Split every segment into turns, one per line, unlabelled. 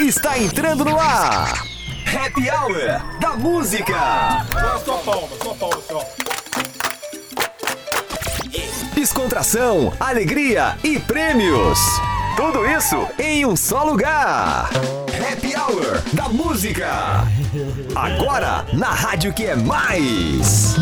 Está entrando no ar. Happy Hour da Música.
Só palma, só palma, só.
Descontração, alegria e prêmios. Tudo isso em um só lugar. Happy Hour da Música. Agora na rádio que é mais.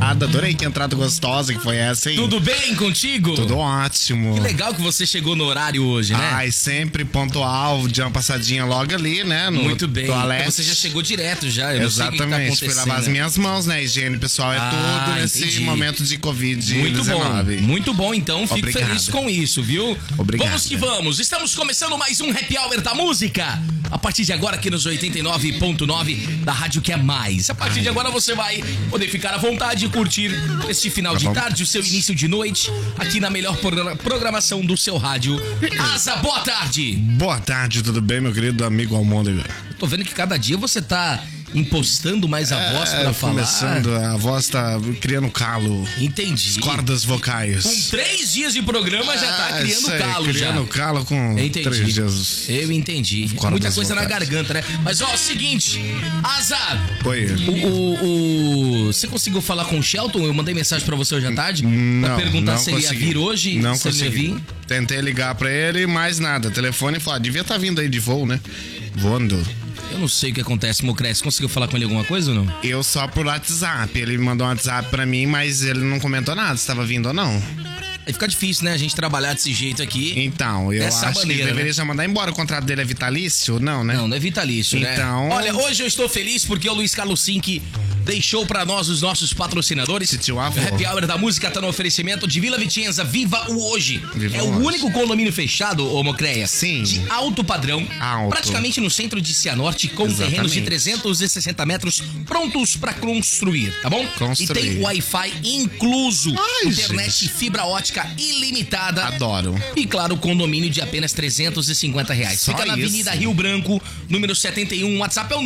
Ada, adorei que entrada gostosa que foi essa, hein?
Tudo bem contigo?
Tudo ótimo.
Que legal que você chegou no horário hoje, né?
Ai, sempre pontual, de uma passadinha logo ali, né? No
Muito bem.
Toalete.
Então você já chegou direto já. Eu Não sei o
Exatamente,
que que
fui
tá
lavar as
acontecendo.
minhas mãos, né? Higiene pessoal é
Ah,
tudo nesse
entendi.
momento de Covid-19.
Muito bom, muito bom, então fico
Obrigado.
feliz com isso, viu?
Obrigado.
Vamos que vamos, estamos começando mais um Happy Hour da Música. A partir de agora, aqui nos 89.9 da Rádio Que é Mais. A partir de agora você vai poder ficar à vontade e curtir este final de
Tá bom.
tarde, o seu início de noite, aqui na melhor progra- programação do seu rádio.
Uhum.
Asa, boa tarde!
Boa tarde, tudo bem, meu querido amigo Almôndega?
Tô vendo que cada dia você tá impostando mais a voz pra
É,
falar.
Começando, a voz tá criando calo.
Entendi.
Cordas
Com
vocais.
três dias de programa já tá
Ah,
criando
isso aí,
calo já.
Criando calo com
Entendi.
três dias.
Eu entendi.
Cordas
Muita coisa na
vocais.
garganta, né? Mas ó, seguinte, Asa, o,
Oi.
o- o- você conseguiu falar com o Shelton? Eu mandei mensagem pra você hoje à tarde pra perguntar se ele ia
consegui.
vir hoje.
Não
se ele ia
consegui.
vir.
Tentei ligar pra ele, mais nada. Telefone e falar, devia estar vindo aí de voo, né? Voando.
Eu não sei o que acontece, Mocres. Conseguiu falar com ele alguma coisa ou não?
Eu só por WhatsApp. Ele me mandou um WhatsApp pra mim, mas ele não comentou nada se tava vindo ou não.
Aí fica difícil, né? A gente trabalhar desse jeito aqui.
Então, eu
Dessa
acho
maneira,
que deveria
né?
já mandar embora. O contrato dele é vitalício? Não, né?
Não, não é vitalício, né?
Então-
Olha, hoje eu estou feliz porque o Luiz Carlos Sink deixou pra nós os nossos patrocinadores.
Sentiu a
O
avó.
Happy Hour da Música tá no oferecimento de Vila Vicenza, Viva o Hoje.
Viva
é
o
o
hoje.
único condomínio fechado, ô Mocreia,
Sim.
de alto padrão,
Alto.
praticamente no centro de Cianorte, com
Exatamente.
terrenos de 360 metros prontos pra construir, tá bom?
Construir.
E tem Wi-Fi incluso,
Ai,
internet
gente.
e fibra ótica ilimitada.
Adoro.
E claro, condomínio de apenas 350 reais.
Só
Fica na
isso?
Avenida Rio Branco, número 71. WhatsApp é o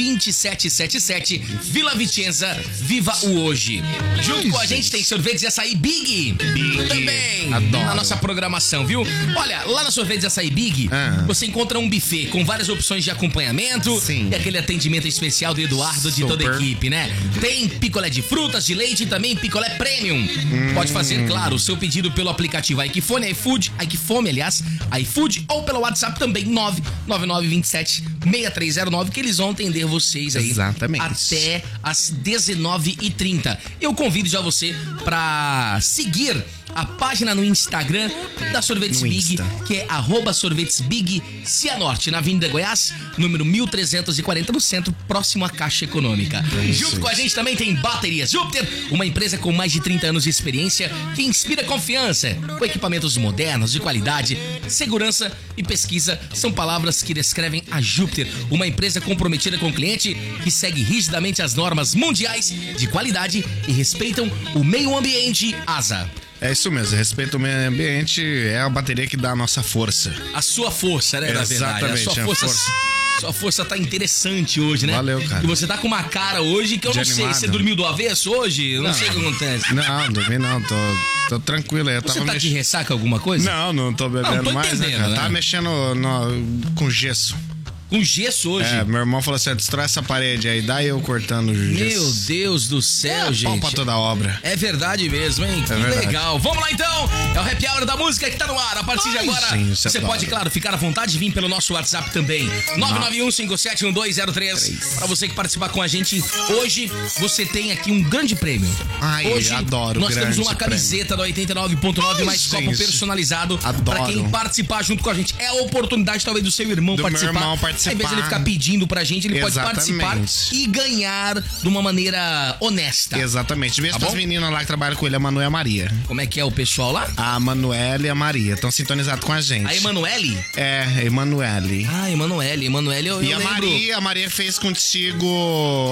991442777. Vila Vicenza, viva o hoje. Junto com a gente tem sorvetes de açaí Big.
é. Big.
Também.
Adoro.
Na nossa programação, viu? Olha, lá na sorvetes de açaí Big,
Ah.
você encontra um buffet com várias opções de acompanhamento.
Sim.
E aquele atendimento especial do Eduardo de toda a
Super.
equipe equipe, né? Tem picolé de frutas, de leite e também picolé premium.
Hum.
Pode fazer, claro, o seu pedido pelo aplicativo iQfone, iFood, iQfome, aliás, iFood ou pelo WhatsApp também 999276309 que eles vão atender vocês aí.
Exatamente.
Até às 19h30. Eu convido já você pra seguir a página no Instagram da Sorvetes
No
Big,
Insta.
que é arroba sorvetes Big Cianorte, na Avenida Goiás, número 1340, no centro, próximo à Caixa Econômica. Junto com a gente também tem Baterias Júpiter, uma empresa com mais de 30 anos de experiência que inspira confiança. Com equipamentos modernos, de qualidade, segurança e pesquisa são palavras que descrevem a Júpiter, uma empresa comprometida com o cliente que segue rigidamente as normas mundiais de qualidade e respeitam o meio ambiente ASA.
É isso mesmo. Respeito ao meio ambiente é a bateria que dá a nossa força.
A sua força, né, na verdade? A
Exatamente,
sua
a
força.
força.
Sua força tá interessante hoje, né?
Valeu, cara.
E você tá com uma cara hoje que eu
De
não sei.
animado.
Você dormiu do avesso hoje? Eu não,
Não.
sei o que acontece.
Não, dormi não. Tô, tô tranquilo. Eu
Você
tava
tá de
mexendo.
ressaca alguma coisa?
Não, não tô bebendo
Não, tô
mais, né,
entendendo,
cara?
né?
Tava mexendo no- com gesso.
Com gesso hoje.
É, meu irmão falou assim: "Ah, destrói essa parede aí, dá eu cortando o gesso. É,
Meu Deus do céu,
Pau
gente.
pra toda obra.
É verdade mesmo, hein? que
verdade.
legal. Vamos lá então. É o Happy Hour da música que tá no ar. A partir de
Ai, é
agora,
gente,
você
adoro.
pode, claro, ficar à vontade e vir pelo nosso WhatsApp também. 991571203. Pra você que participar com a gente hoje, você tem aqui um grande prêmio.
Ai,
hoje
adoro
nós temos
grande
uma
prêmio.
camiseta da 89.9
Ai,
mais copo
gente,
personalizado pra
adoro.
quem participar junto com a gente. É a oportunidade talvez do seu irmão
Do meu
participar.
irmão
Ao invés de ele
participar.
ficar pedindo pra gente, ele pode
Exatamente.
participar e ganhar de uma maneira honesta.
Exatamente. Vê
Tá
se
bom?
as meninas lá que trabalham com ele, a Manuela e a Maria.
Como é que é o pessoal lá?
A Manuela e a Maria estão sintonizados com a gente.
A Emanuele?
É, Emanuele.
Ah, Emanuele, Emanuele eu,
E
eu
a
lembro.
Maria, a Maria fez contigo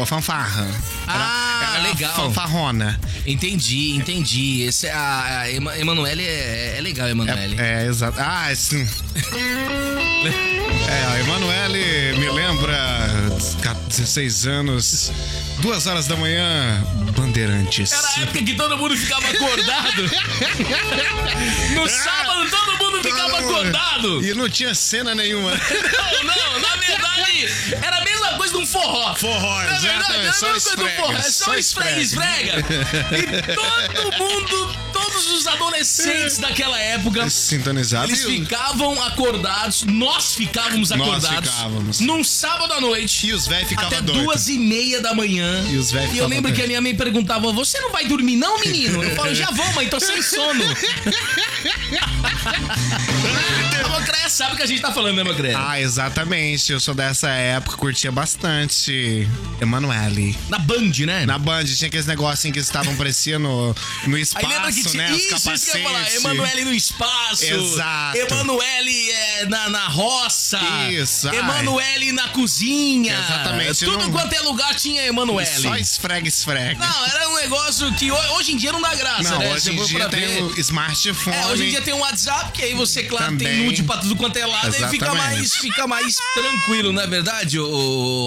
a fanfarra.
Ah,
Ela- ela é
legal.
Fanfarrona.
Entendi, entendi. Esse, a, a Ema- Emanuele é, é legal, Emanuele.
É, exato. Ah, sim. É, a Emanuele me lembra 16 anos Duas horas da manhã, Bandeirantes.
É, Era a época que todo mundo ficava acordado. No sábado todo mundo ficava
Todo mundo.
acordado.
E não tinha cena nenhuma.
Não, não, na verdade era a mesma coisa de um forró.
Forró,
Na verdade,
exatamente,
era a
só
mesma coisa do
esfrega,
forró, é
só
só esfrega, esfrega. E todo mundo, todos os adolescentes daquela época,
Sintonizados.
eles ficavam acordados, nós ficávamos
Nós
acordados.
ficávamos.
Num sábado à noite.
E os velhos ficavam
Até
doidos.
duas e meia da manhã.
E os velhos
eu
ficavam
lembro que
doidos.
a minha mãe perguntava: Você não vai dormir, não, menino? Eu falo: Já vou, mãe, tô sem sono. a Mocréia sabe o que a gente tá falando, né, Mocréia?
Ah, exatamente. Eu sou dessa época, curtia bastante. Emanuele.
Na Band, né?
Na Band tinha aqueles negocinhos que eles estavam parecendo no
Aí
espaço,
lembra que tinha
né? Os
isso, isso que eu ia falar.
capacetes.
Emanuele no espaço.
Exato.
Emanuele é, na, na roça.
Isso, ai.
Emanuele na cozinha.
Exatamente,
Tudo
não-
quanto é lugar tinha Emanuele.
Só esfrega, esfrega.
Não, era um negócio que ho- hoje em dia não dá graça,
Não,
né?
hoje
Se
em
for
dia
pra
tem
ver.
o smartphone.
É, hoje em dia tem um WhatsApp, que aí você, claro, tem
Também.
nude pra tudo quanto é lado, aí fica
Exatamente.
mais, fica mais tranquilo, não é verdade, ô,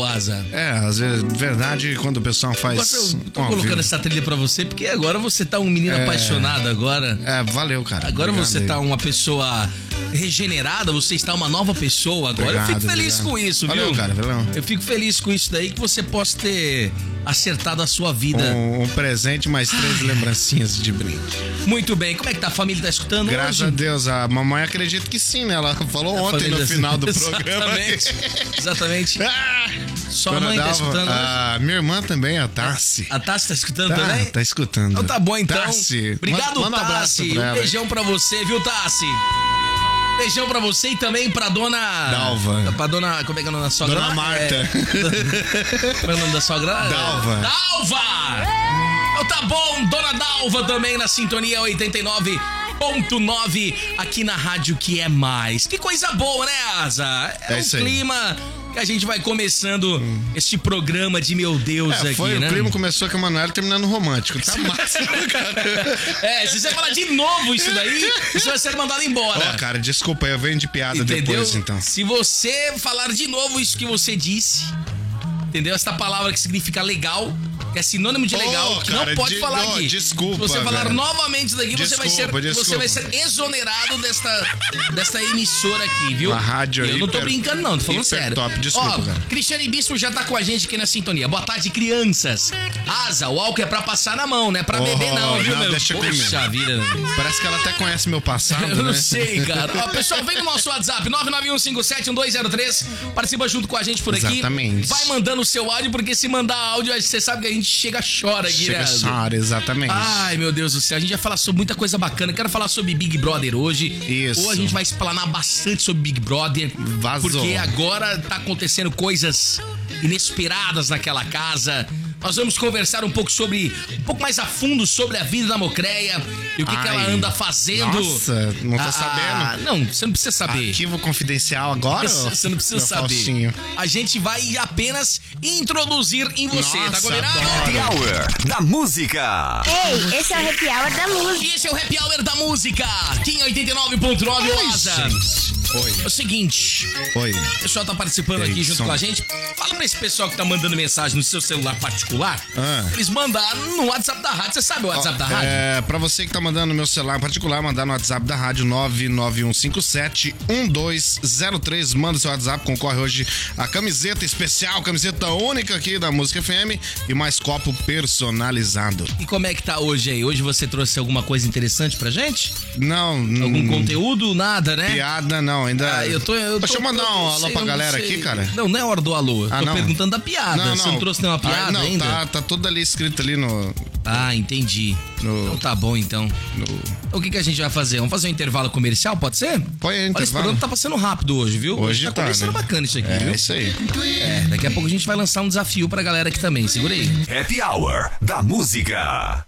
ô Asa?
É, às vezes, verdade, quando o pessoal faz.
Agora eu tô
Ó,
colocando
viu?
essa trilha pra você, porque agora você tá um menino apaixonado agora.
É, valeu, cara.
Agora
Obrigado
você
aí.
tá uma pessoa regenerada, você está uma nova pessoa agora. eu fico
Obrigado,
feliz
obrigado.
com isso,
Valeu,
viu?
cara, valeu.
Eu fico feliz com isso daí, que você possa ter acertado a sua vida.
Um, um presente mais três lembrancinhas de brinde.
Muito bem, como é que tá? A família tá escutando
Graças
hoje?
a Deus, a mamãe acredita que sim, né? Ela falou ontem
Família- tá
no final do programa.
Exatamente. Exatamente.
Ah!
Sua mãe tá
Dava-
escutando hoje?
a minha irmã também, a Tassi.
A Tassi tá escutando
ah, Tá,
também?
tá escutando.
Então tá bom, então.
Tassi,
Obrigado,
manda- manda um abraço
Tassi.
pra
Um
ela.
beijão pra você, viu, Tassi? Beijão pra você e também pra dona...
Dalva.
Pra dona... Como é que é o nome da sogra?
Dona
lá?
Marta.
É, Qual é o nome da sogra?
Dalva.
Dalva! Então tá bom, Dona Dalva também na sintonia 89.9 aqui na rádio que é mais. Que coisa boa, né, Asa? É,
É
o
isso aí. Hum.
clima que a gente vai começando este programa de meu Deus
É,
aqui,
foi,
né?
o clima começou com a Manuela terminando romântico. Tá massa, cara.
É, se você falar de novo isso daí, você vai ser mandado embora.
Ó, cara, desculpa, eu venho de piada
Entendeu?
depois, então.
Se você falar de novo isso que você disse, entendeu? Essa palavra que significa legal, que é sinônimo de
Ô,
legal, que
cara,
não pode
de-
falar
não,
aqui.
desculpa,
Se você falar
velho.
novamente isso daqui, você vai ser
Desculpa,
você
desculpa.
vai ser exonerado desta desta emissora aqui, viu?
A rádio
Eu
é
não tô
hiper-
brincando não, tô falando
hiper
sério.
top, desculpa,
Ó,
cara.
Cristiane Bispo já tá com a gente aqui na sintonia. Boa tarde, crianças. Asa, o álcool é pra passar na mão, não é pra
Oh,
beber não, viu,
não,
meu?
deixa comigo.
Poxa vida. meu.
Parece que ela até conhece meu passado,
Eu
né?
não sei, cara. Ó, pessoal, vem no nosso WhatsApp, 991571203. Participa junto com a gente por aqui.
Exatamente.
Vai mandando o seu áudio, porque se mandar áudio, aí você sabe que a gente chega chora aqui,
Chega
né?
essa hora, exatamente.
Ai, meu Deus do céu, a gente vai falar sobre muita coisa bacana. Quero falar sobre Big Brother hoje.
Isso.
Ou a gente vai explanar bastante sobre Big Brother.
Vazou.
Porque agora tá acontecendo coisas inesperadas naquela casa. Nós vamos conversar um pouco sobre. um pouco mais a fundo sobre a vida da Mocreia e o que, que
Ai.
ela anda fazendo.
Nossa, não tô
Ah,
sabendo.
Não, você não precisa saber.
Arquivo confidencial agora?
Você você não precisa
meu
saber.
Faustinho?
A gente vai apenas introduzir em você, tá
Nossa,
combinado?
Happy Hour da Música.
Ei, esse é o Happy Hour da música.
E esse é o Happy Hour da Música, aqui em 89.9 Rosa. É o seguinte,
Oi.
o pessoal tá participando
E aí,
aqui junto
som?
com a gente. Fala pra esse pessoal que tá mandando mensagem no seu celular particular.
Ah.
Eles mandaram no WhatsApp da rádio. Você sabe o WhatsApp da rádio?
É, pra você que tá mandando no meu celular em particular, mandar no WhatsApp da rádio 991571203. Manda seu WhatsApp, concorre hoje a camiseta especial, camiseta única aqui da Música FM e mais copo personalizado.
E como é que tá hoje aí? Hoje você trouxe alguma coisa interessante pra gente?
Não,
Algum
hum,
conteúdo? Nada, né?
piada não, ainda.
Ah, eu tô, eu tô-
Deixa eu mandar
eu
um
não
alô
sei,
pra
eu não
galera
sei.
aqui, cara.
Não, não é hora do alô. Eu
Ah,
tô
não.
perguntando da piada. Você não trouxe nenhuma piada
Ah, não,
ainda?
Tá, tá tudo ali escrito ali no.
Ah, entendi.
No-
Então tá bom, então.
no-
O que, que a gente vai fazer? Vamos fazer um intervalo comercial, pode ser?
Põe aí,
Olha, esse
intervalo.
programa tá passando rápido hoje, viu?
Hoje
tá
tá,
começando
né?
bacana isso aqui,
É,
viu?
isso aí.
É, daqui a pouco a gente vai lançar um desafio pra galera aqui também, segura aí.
Happy Hour da Música.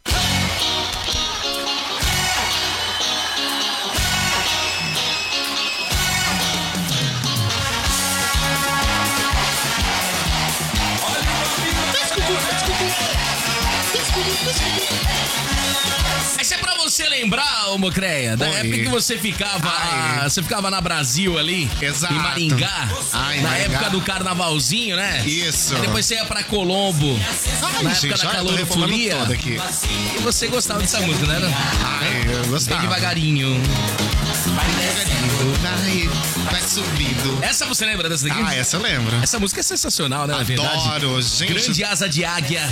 Essa é pra você lembrar, ô ô Mocreia, da
Oi.
época que você ficava,
Ai.
você ficava na Brasil ali,
Exato.
em Maringá,
Ai,
na
Maringá.
época do carnavalzinho, né?
Isso.
Aí depois você ia pra Colombo, na
Ai,
época
gente,
da
olha, eu tô reformando
calorofolia,
toda aqui.
e você gostava dessa música, né?
Ai, eu
Bem
gostava.
devagarinho.
Ai, vai subindo.
Essa você lembra dessa daqui?
Ah, essa eu lembro.
Essa música é sensacional, né? Na verdade.
Adoro, gente.
Grande Asa de Águia.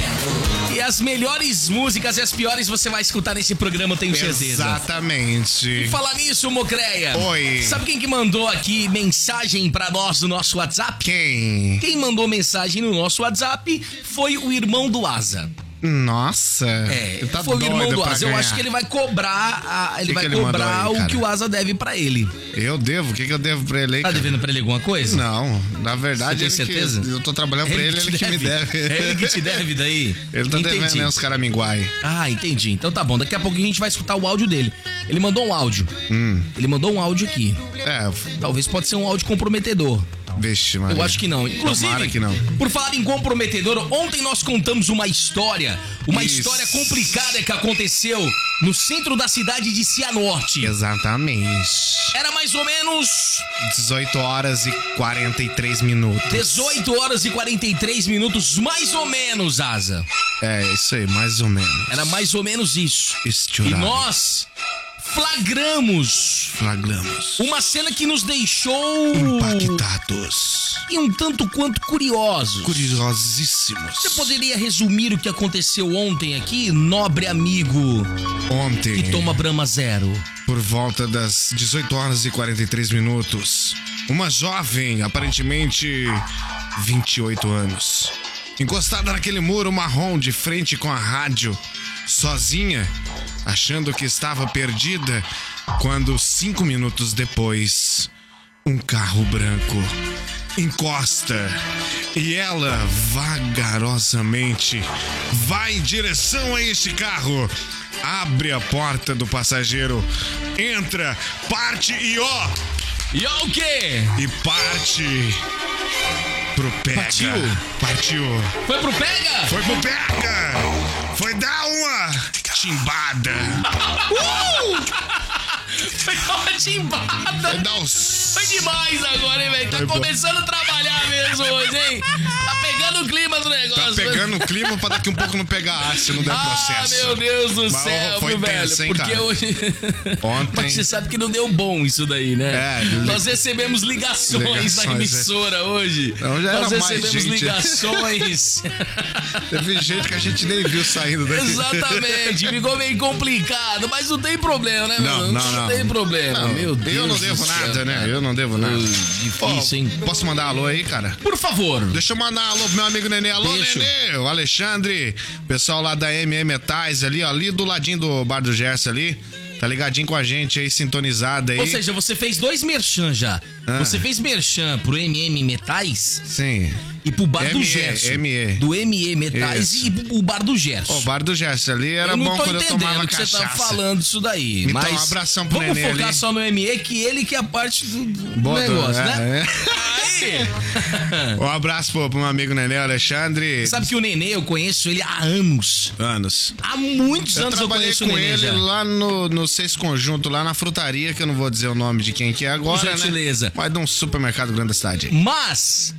E as melhores músicas e as piores você vai escutar nesse programa, eu tenho certeza.
Exatamente.
Falar nisso, Mocreia.
Oi.
Sabe quem que mandou aqui mensagem pra nós no nosso WhatsApp?
Quem?
Quem mandou mensagem no nosso WhatsApp foi o irmão do Asa.
Nossa.
É,
ele tá
foi o irmão
doido
do
pra
Asa. Eu
ganhar.
acho que ele vai cobrar, a- ele
Que
vai
que ele
cobrar
mandou aí,
o
cara?
que o Asa deve pra ele.
Eu devo? O que, que eu devo pra ele aí?
Tá
cara?
devendo pra ele alguma coisa?
Não, na verdade,
Você tem
ele que-
certeza?
eu tô trabalhando pra ele,
te
ele que me deve.
É ele que te deve daí?
Ele tá
Entendi.
devendo, né, os caras minguai.
Ah, entendi. Então tá bom. Daqui a pouco a gente vai escutar o áudio dele. Ele mandou um áudio.
Hum.
Ele mandou um áudio aqui.
É, f-
Talvez pode ser um áudio comprometedor.
vixe, mano.
Eu acho que não.
Tomara
Inclusive,
que não.
por falar em comprometedor, ontem nós contamos uma história. Uma
Isso.
história complicada que aconteceu no centro da cidade de Cianorte.
Exatamente.
Era mais ou menos
18 horas e 43 minutos.
18 horas e 43 minutos, mais ou menos, Asa.
É, isso aí, mais ou menos.
Era mais ou menos isso.
Este
E
horário.
nós flagramos
flagramos.
uma cena que nos deixou
Impactados.
e um tanto quanto curiosos.
Curiosíssimos.
Você poderia resumir o que aconteceu ontem aqui, nobre amigo
Ontem,
que toma Brahma Zero?
por volta das 18 horas e 43 minutos, uma jovem, aparentemente 28 anos, encostada naquele muro marrom de frente com a rádio, sozinha, achando que estava perdida, quando cinco minutos depois, um carro branco encosta e ela vagarosamente vai em direção a este carro. Abre a porta do passageiro, entra, parte e ó,
E ó o quê?
e parte pro pega.
Partiu?
Partiu.
Foi pro pega?
Foi pro pega. Foi dar uma timbada.
Uh! Foi uma
Foi
timbada.
dar uns
Foi demais agora, hein, velho? Tá
Foi bom.
começando a trabalhar mesmo hoje, hein? Tá pegando o clima do negócio.
Tá pegando o clima pra daqui um pouco não pegar ar, se não der
Ah,
processo.
meu Deus do
Mas
céu,
foi
meu
tenso,
velho.
hein,
porque
cara?
hoje.
Ontem-
Mas você sabe que não deu bom isso daí, né?
É, li-
Nós recebemos ligações,
Ligações,
na emissora hoje.
Não, já era
Nós
mais
recebemos
gente.
ligações.
Teve gente que a gente nem viu saindo daqui.
Exatamente. Ficou meio complicado, mas não tem problema, né,
Não,
mano?
não, não.
tem problema.
Não,
meu Deus.
Eu não
do
devo
céu,
nada, né?
cara.
Eu não devo nada.
Ui, difícil,
Ó,
hein?
Posso mandar alô aí, cara?
Por favor.
Deixa eu mandar alô pro meu amigo Nenê. Alô,
Deixa.
Nenê! O Alexandre, o pessoal lá da MM Metais ali, ó, ali do ladinho do Bar do Gerson ali. Tá ligadinho com a gente aí, sintonizado aí.
Ou seja, você fez dois merchan já.
Ah.
Você fez merchan pro MM Metais
Sim.
e pro Bar do
ME,
Gerson.
ME.
Do ME Metais
Isso.
e pro Bar do Gerson.
O Bar do Gerson ali era
eu não
bom
tô
quando eu
entendendo
tomava
o que você tá
cachaça.
falando isso daí.
Então,
mas
um abração pro
Vamos
Nenê
focar
ali.
só no ME, que ele que é a parte do do
Boa,
negócio,
é,
né?
é.
Aí!
Um abraço pro, pro meu amigo Nenê, Alexandre.
Sabe que o Nenê, eu conheço ele há anos.
Anos.
Há muitos
Eu
anos eu
trabalhei
conheço
com
o Nenê.
ele
já.
lá no, no Seis Conjunto, lá na frutaria, que eu não vou dizer o nome de quem que é agora, né?
gentileza. Hum,
Mas de um supermercado grande da cidade.
Mas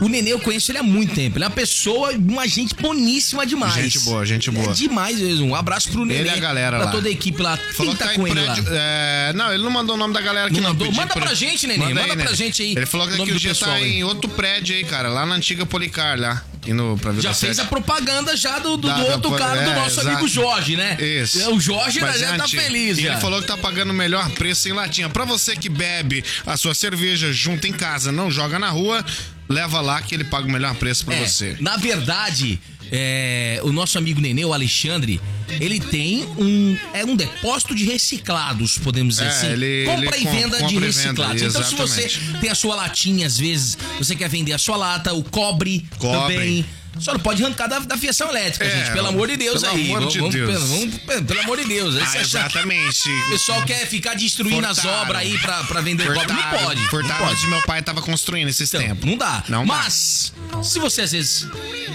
o Nenê eu conheço ele há muito tempo. Ele é uma pessoa, uma gente boníssima demais.
Gente boa, gente
Ele
boa.
É demais mesmo. Um abraço pro Nenê.
Ele e a galera
pra
lá.
toda a equipe lá. Quem tá com ele lá?
É, não, ele não mandou o nome da galera que
Não
não,
mandou?
pedi
Manda pra gente, Nenê, manda pra gente aí
Ele falou
o
que
nome
aqui o
do
dia
pessoal
tá
aí.
em outro prédio aí, cara, lá na antiga Policar, lá. Indo pra Vila
Já fez a
Sete.
propaganda já do, do,
Da-
do
da-
outro cara,
é,
do nosso
exato.
amigo Jorge, né?
Isso.
O Jorge
Mas
já tá
antes,
feliz,
e
já.
Ele falou que tá pagando o melhor preço em latinha. Pra você que bebe a sua cerveja junto em casa, não joga na rua, leva lá que ele paga o melhor preço pra
É,
você.
Na verdade, é, o nosso amigo Nenê, o Alexandre, ele tem um. É um depósito de reciclados, podemos dizer
É,
assim.
ele-
compra
ele
e
com-
venda
compra
de
e venda,
reciclados. então, se
exatamente.
você tem a sua latinha, às vezes, você quer vender a sua lata, o cobre,
Cobre.
também. Só não pode arrancar da, da fiação elétrica,
É,
gente. Pelo amor de Deus
pelo
aí.
amor
Vamos-
de
vamos-
Deus.
Pelo, vamos- pelo- pelo amor de Deus. Aí
Ah,
você acha que
exatamente.
o pessoal quer ficar destruindo as
Furtaram. obras
obras aí pra, pra vender o copo. Não pode.
Furtaram
não
onde
pode.
meu pai tava construindo esses
Então,
tempos.
não dá.
Não dá.
Mas, se você às vezes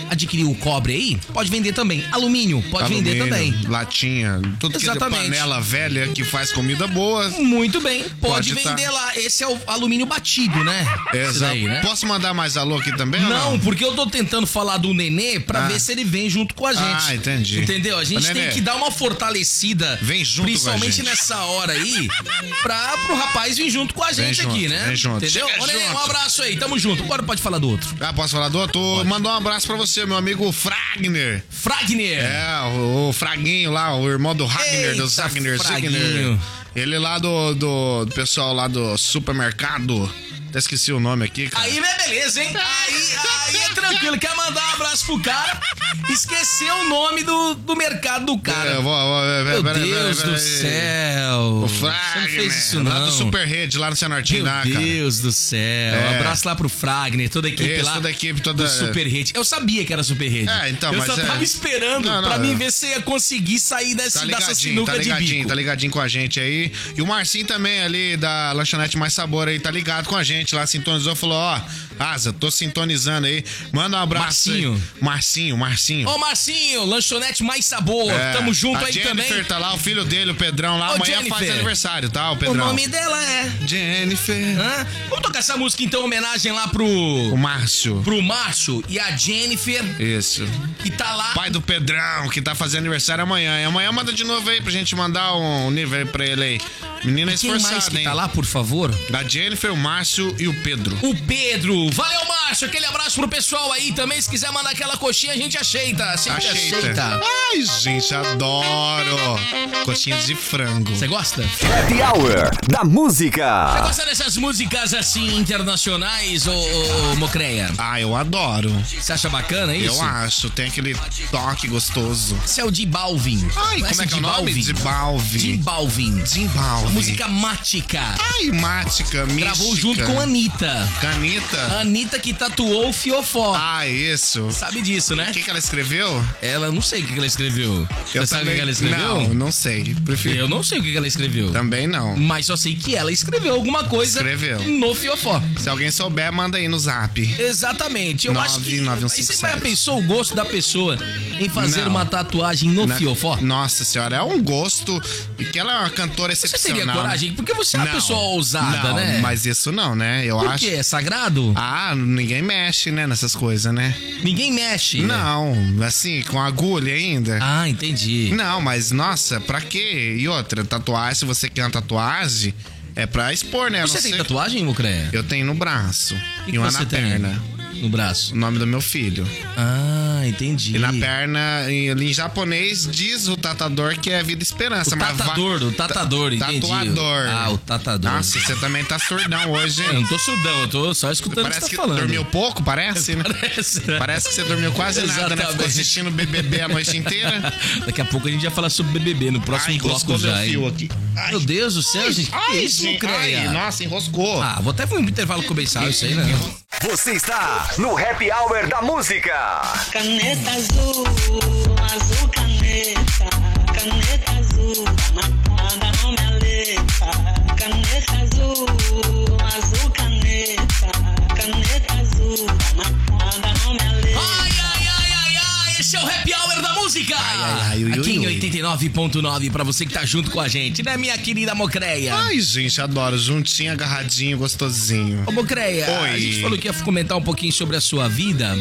adquiriu o cobre aí, pode vender também. Alumínio, pode vender
Alumínio,
também.
Latinha, tudo que é
Exatamente.
panela velha que faz comida boa.
Muito bem, pode,
Pode tá.
vender lá. Esse é o alumínio batido, né? Esse
Exato.
daí, né?
Posso mandar mais alô aqui também? ou
Não, porque eu tô tentando falar do Nenê pra
Ah.
ver se ele vem junto com a gente.
Ah, entendi.
Entendeu? A gente
Ô,
tem
Nenê.
que dar uma fortalecida.
Vem junto com a
Principalmente
gente.
nessa hora aí, pra pro rapaz vir junto com a gente
junto,
aqui, né?
vem junto.
Entendeu?
Chega
Ô, Nenê, um
junto.
abraço aí, tamo junto. Agora pode falar do outro.
Ah, posso falar do outro? Mandar um abraço pra você, meu amigo Fragner.
Fragner.
É, o, o Fraguinho lá, o irmão do Ragner,
Eita,
do Zagner,
Fraguinho.
Zigner. Ele lá do, do, do pessoal lá do supermercado. Até esqueci o nome aqui, cara.
Aí é beleza, hein? Aí, aí é tranquilo. Quer mandar um abraço pro cara? Esqueceu o nome do, do mercado do cara.
Eu vou- vou-
Meu
peraí, peraí,
Deus
peraí,
do
peraí.
céu.
O
Você não
Fragner.
fez isso,
Lá
não.
do Super Rede, lá no Cianortim,
Meu
lá, Né, cara. É.
Deus do céu. Um abraço lá pro Fragner, toda a equipe
Isso,
lá.
toda a equipe, toda-
Do Super Hit. Eu sabia que era Super Hit.
É, então,
Eu
mas
só
é-
tava esperando
Não, não,
pra mim
eu-
ver se ia conseguir sair desse,
Tá
dessa
ligadinho,
sinuca
tá
de bico.
ligadinho, tá ligadinho com a gente aí. E o Marcinho também, ali da Lanchonete Mais Sabor aí, tá ligado com a gente lá, sintonizou, falou, ó, Asa, tô sintonizando aí. Manda um abraço. aí.
Marcinho.
Marcinho, Marcinho.
Ô, Marcinho, lanchonete mais sabor.
É,
Tamo junto
a
aí
Jennifer
também.
tá lá, o filho dele, o Pedrão lá.
Ô,
amanhã faz
Jennifer.
aniversário, tá, o
O
Pedrão?
nome dela é.
Jennifer.
Hã? Vamos tocar essa música então, em homenagem lá pro.
O Márcio.
Pro Márcio e a Jennifer,
Isso.
que tá lá.
Pai do Pedrão, que tá fazendo aniversário amanhã. E amanhã manda de novo aí pra gente mandar um nível aí pra ele aí. Menina
Quem mais
esforçada,
que
hein?
tá lá, por favor?
A Jennifer, o Márcio e o Pedro.
O Pedro. Valeu, Márcio. Aquele abraço pro pessoal aí também. Se quiser mandar aquela coxinha, a gente aceita. Sempre aceita.
tá? Ai, gente, adoro. Coxinha de frango.
Você gosta?
Happy Hour da
Você
música.
gosta dessas músicas assim internacionais, ô, ô, ô, Mocreia?
Ah, eu adoro.
Você acha bacana isso?
Eu acho. Tem aquele toque gostoso.
Esse é o Di Balvin.
Ai,
Conhece
como é que é o nome?
Di Balvin. Di
Dimbalve.
Balvin.
Dimbalve.
Música mática.
Ai, mática, mística.
Gravou junto com a Anitta.
Canita.
Anitta que tatuou o Fiofó.
Ah, isso.
Sabe disso, né?
O que, que ela escreveu?
Ela não sei o que que ela escreveu. Você sabe o que que ela escreveu?
Não, não sei. Prefiro.
Eu não sei o que que ela escreveu.
Também não.
Mas só sei que ela escreveu alguma coisa
Escreveu.
no Fiofó.
Se alguém souber, manda aí no zap.
Exatamente. Eu acho que.
99157.
Você já pensou o gosto da pessoa em fazer
Não.
uma tatuagem no
Na-
Fiofó?
Nossa senhora, é um gosto. E que ela é uma cantora
Você
excepcional.
teria coragem? Porque você é uma
Não,
pessoa ousada,
não,
né?
Mas isso não, né? Eu
Por
acho.
quê? É sagrado?
Ah, ninguém mexe, né, nessas coisas, né?
Ninguém mexe. né?
Não, assim, com agulha ainda.
Ah, entendi.
Não, mas nossa, pra quê? E outra, tatuagem, se você quer uma tatuagem, é pra expor, né? A
Você
não
tem
ser-
tatuagem, Mucreia?
Eu tenho no braço
O que
e uma
você
na
tem
perna.
No braço.
O nome do meu filho.
Ah, entendi.
E na perna, em, em japonês, diz o tatador que é vida e esperança.
O
mas vai-
tatador, o tatador, entendi.
Tatuador.
Ah, o tatador.
Nossa, você também tá surdão hoje,
Eu
hein?
não tô surdão, eu tô só escutando o que
Parece
você
que
tá falando.
dormiu pouco, parece, né?
Parece.
Parece que você dormiu quase nada, né? Ficou
Exatamente.
assistindo BBB a noite inteira.
Daqui a pouco a gente vai falar sobre BBB no próximo
Ai,
bloco
enroscou meu
já, hein?
fio aqui. Ai,
Meu Deus do céu, gente. que é
ai,
isso,
gente, ai,
Creia?
nossa, enroscou.
Ah, vou até pro intervalo comercial isso aí, né?
Você está no Happy Hour da música.
Caneta azul, um azul caneta, caneta azul, matada não me aleta. Caneta azul, um azul caneta, caneta azul, matada não me aleta.
Ai, ai, ai, ai, ai, esse é o Happy Hour da música!
ai, ui,
Aqui
ui,
em
ui.
89.9 pra você que tá junto com a gente, né, minha querida Mocreia?
Ai, gente, adoro. Juntinho, agarradinho, gostosinho.
Ô, Mocreia,
Oi.
a gente falou que ia comentar um pouquinho sobre a sua vida.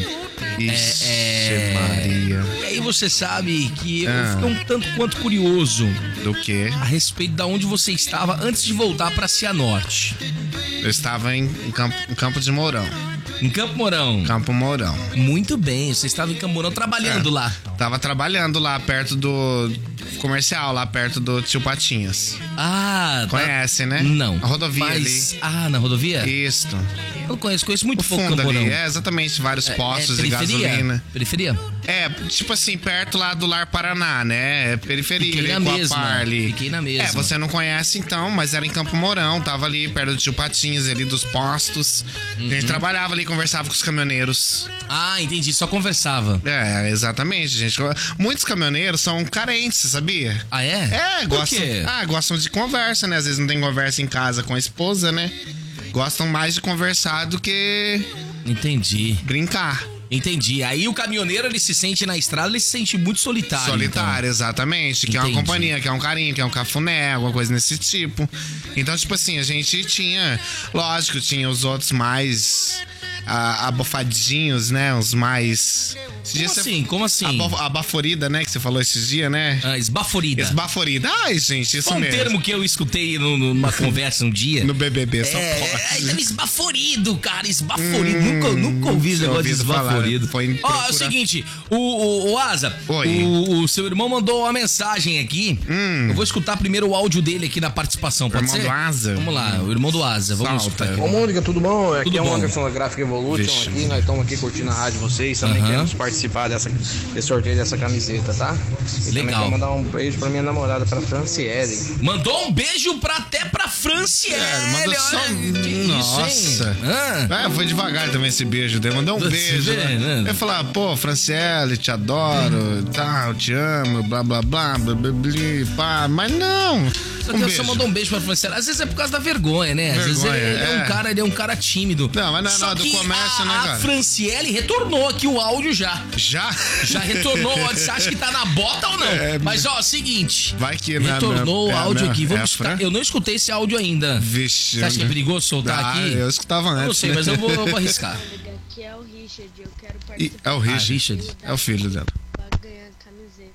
Ixi,
é-
Maria.
E aí você sabe que eu
Ah.
fiquei um tanto quanto curioso
Do quê?
a respeito da onde você estava antes de voltar pra Cianorte.
Eu estava em, em Campo, em Campo de Mourão.
Em Campo Mourão.
Campo É. Mourão.
Muito bem, você estava em Campo Mourão trabalhando lá.
Tava trabalhando lá perto do comercial, lá perto do Tio Patinhas.
Ah, tá-
Conhece, né?
Não.
A rodovia
Mas- Ah, na rodovia?
ali. Isto.
Eu conheço, conheço muito
O
pouco
fundo
Camporão.
ali, é exatamente vários postos de
periferia?
gasolina.
Periferia?
É, tipo assim, perto lá do Lar Paraná, né? É periferia,
Fiquei
ali,
na
Coapar
mesma,
ali.
fiquei na mesma.
É, você não conhece então, mas era em Campo Mourão, tava ali perto do Tio Patinhas, ali dos postos. A
Uhum.
gente trabalhava ali, conversava com os caminhoneiros.
Ah, entendi. Só conversava.
É, exatamente, gente. Muitos caminhoneiros são carentes, sabia?
Ah, é?
É,
Por
gostam,
quê?
ah, gostam de conversa, né? Às vezes não tem conversa em casa com a esposa, né? Gostam mais de conversar do que
Entendi.
brincar.
Entendi. Aí o caminhoneiro, ele se sente na estrada, ele se sente muito solitário. então.
Solitário, exatamente. Que é uma
Entendi.
companhia, que é um carinho, que é um cafuné, alguma coisa nesse tipo. Então, tipo assim, a gente tinha. Lógico, tinha os outros mais. ah, abafadinhos, né? Os mais. Esse
Então.
dia
Como
você-
assim? Como assim?
Abaf- abaforida, né? Que você falou esses dias, né?
Ah, esbaforida.
Esbaforida. Ai, gente, isso
Foi um
mesmo.
termo que eu escutei no- numa conversa um dia.
No BBB, só
É, é,
pode. Hum,
tava esbaforido, cara, esbaforido. nunca, nunca ouvi esse
tinha
negócio de
ouvido falar,
esbaforido.
foi
Ó, é
procurar.
o seguinte, o, o, o Asa,
Oi. Hum.
o, o seu irmão mandou uma mensagem aqui. Eu vou escutar primeiro o áudio dele aqui na participação, pode
Irmão
ser?
do Asa?
Vamos lá, o irmão do Asa, vamos
Salta.
escutar.
Ô Mônica, tudo bom? Aqui
Tudo
é o
bom.
Anderson da Gráfica Evolution
Vixe.
aqui, nós estamos aqui curtindo a rádio de vocês, também
Aham.
queremos participar dessa, desse sorteio dessa camiseta, tá? E também
Legal.
quero mandar um beijo pra minha namorada, pra Franciele.
Mandou um beijo pra, até pra Franciele.
É, mandou
olha,
só-
que isso, hein?
Nossa.
Ah.
É, foi devagar também esse beijo dele. Mandou um
Você
beijo.
vê,
né?
né?
Eu falar, pô, Franciele, te adoro, tal, te amo, blá blá blá, blá blá blá, pá. Mas não.
Só que
Um
eu
beijo.
só mandou um beijo pra Franciele. Às vezes é por causa da vergonha, né? Às vezes
Vergonha,
ele, ele é.
é.
um cara, ele é um cara tímido.
Não, mas não é
Só
nada do
que
comércio,
a,
né, cara?
A Franciele retornou aqui o áudio já.
Já?
Já retornou o áudio. Você acha que tá na bota ou não? mas ó, seguinte.
É, Vai que não é mesmo.
Retornou o
É,
áudio
não,
aqui. Vamos
é a
escutar.
Fran?
Eu não escutei esse áudio ainda.
Vixe.
Você acha que é
né?
perigoso soltar
Ah,
aqui?
Eu escutava antes.
não sei,
né?
mas eu vou, eu vou arriscar.
Aqui é o Richard, eu quero
E
participar
é o Richard.
Richard.
É o filho dela.
pra ganhar a camiseta.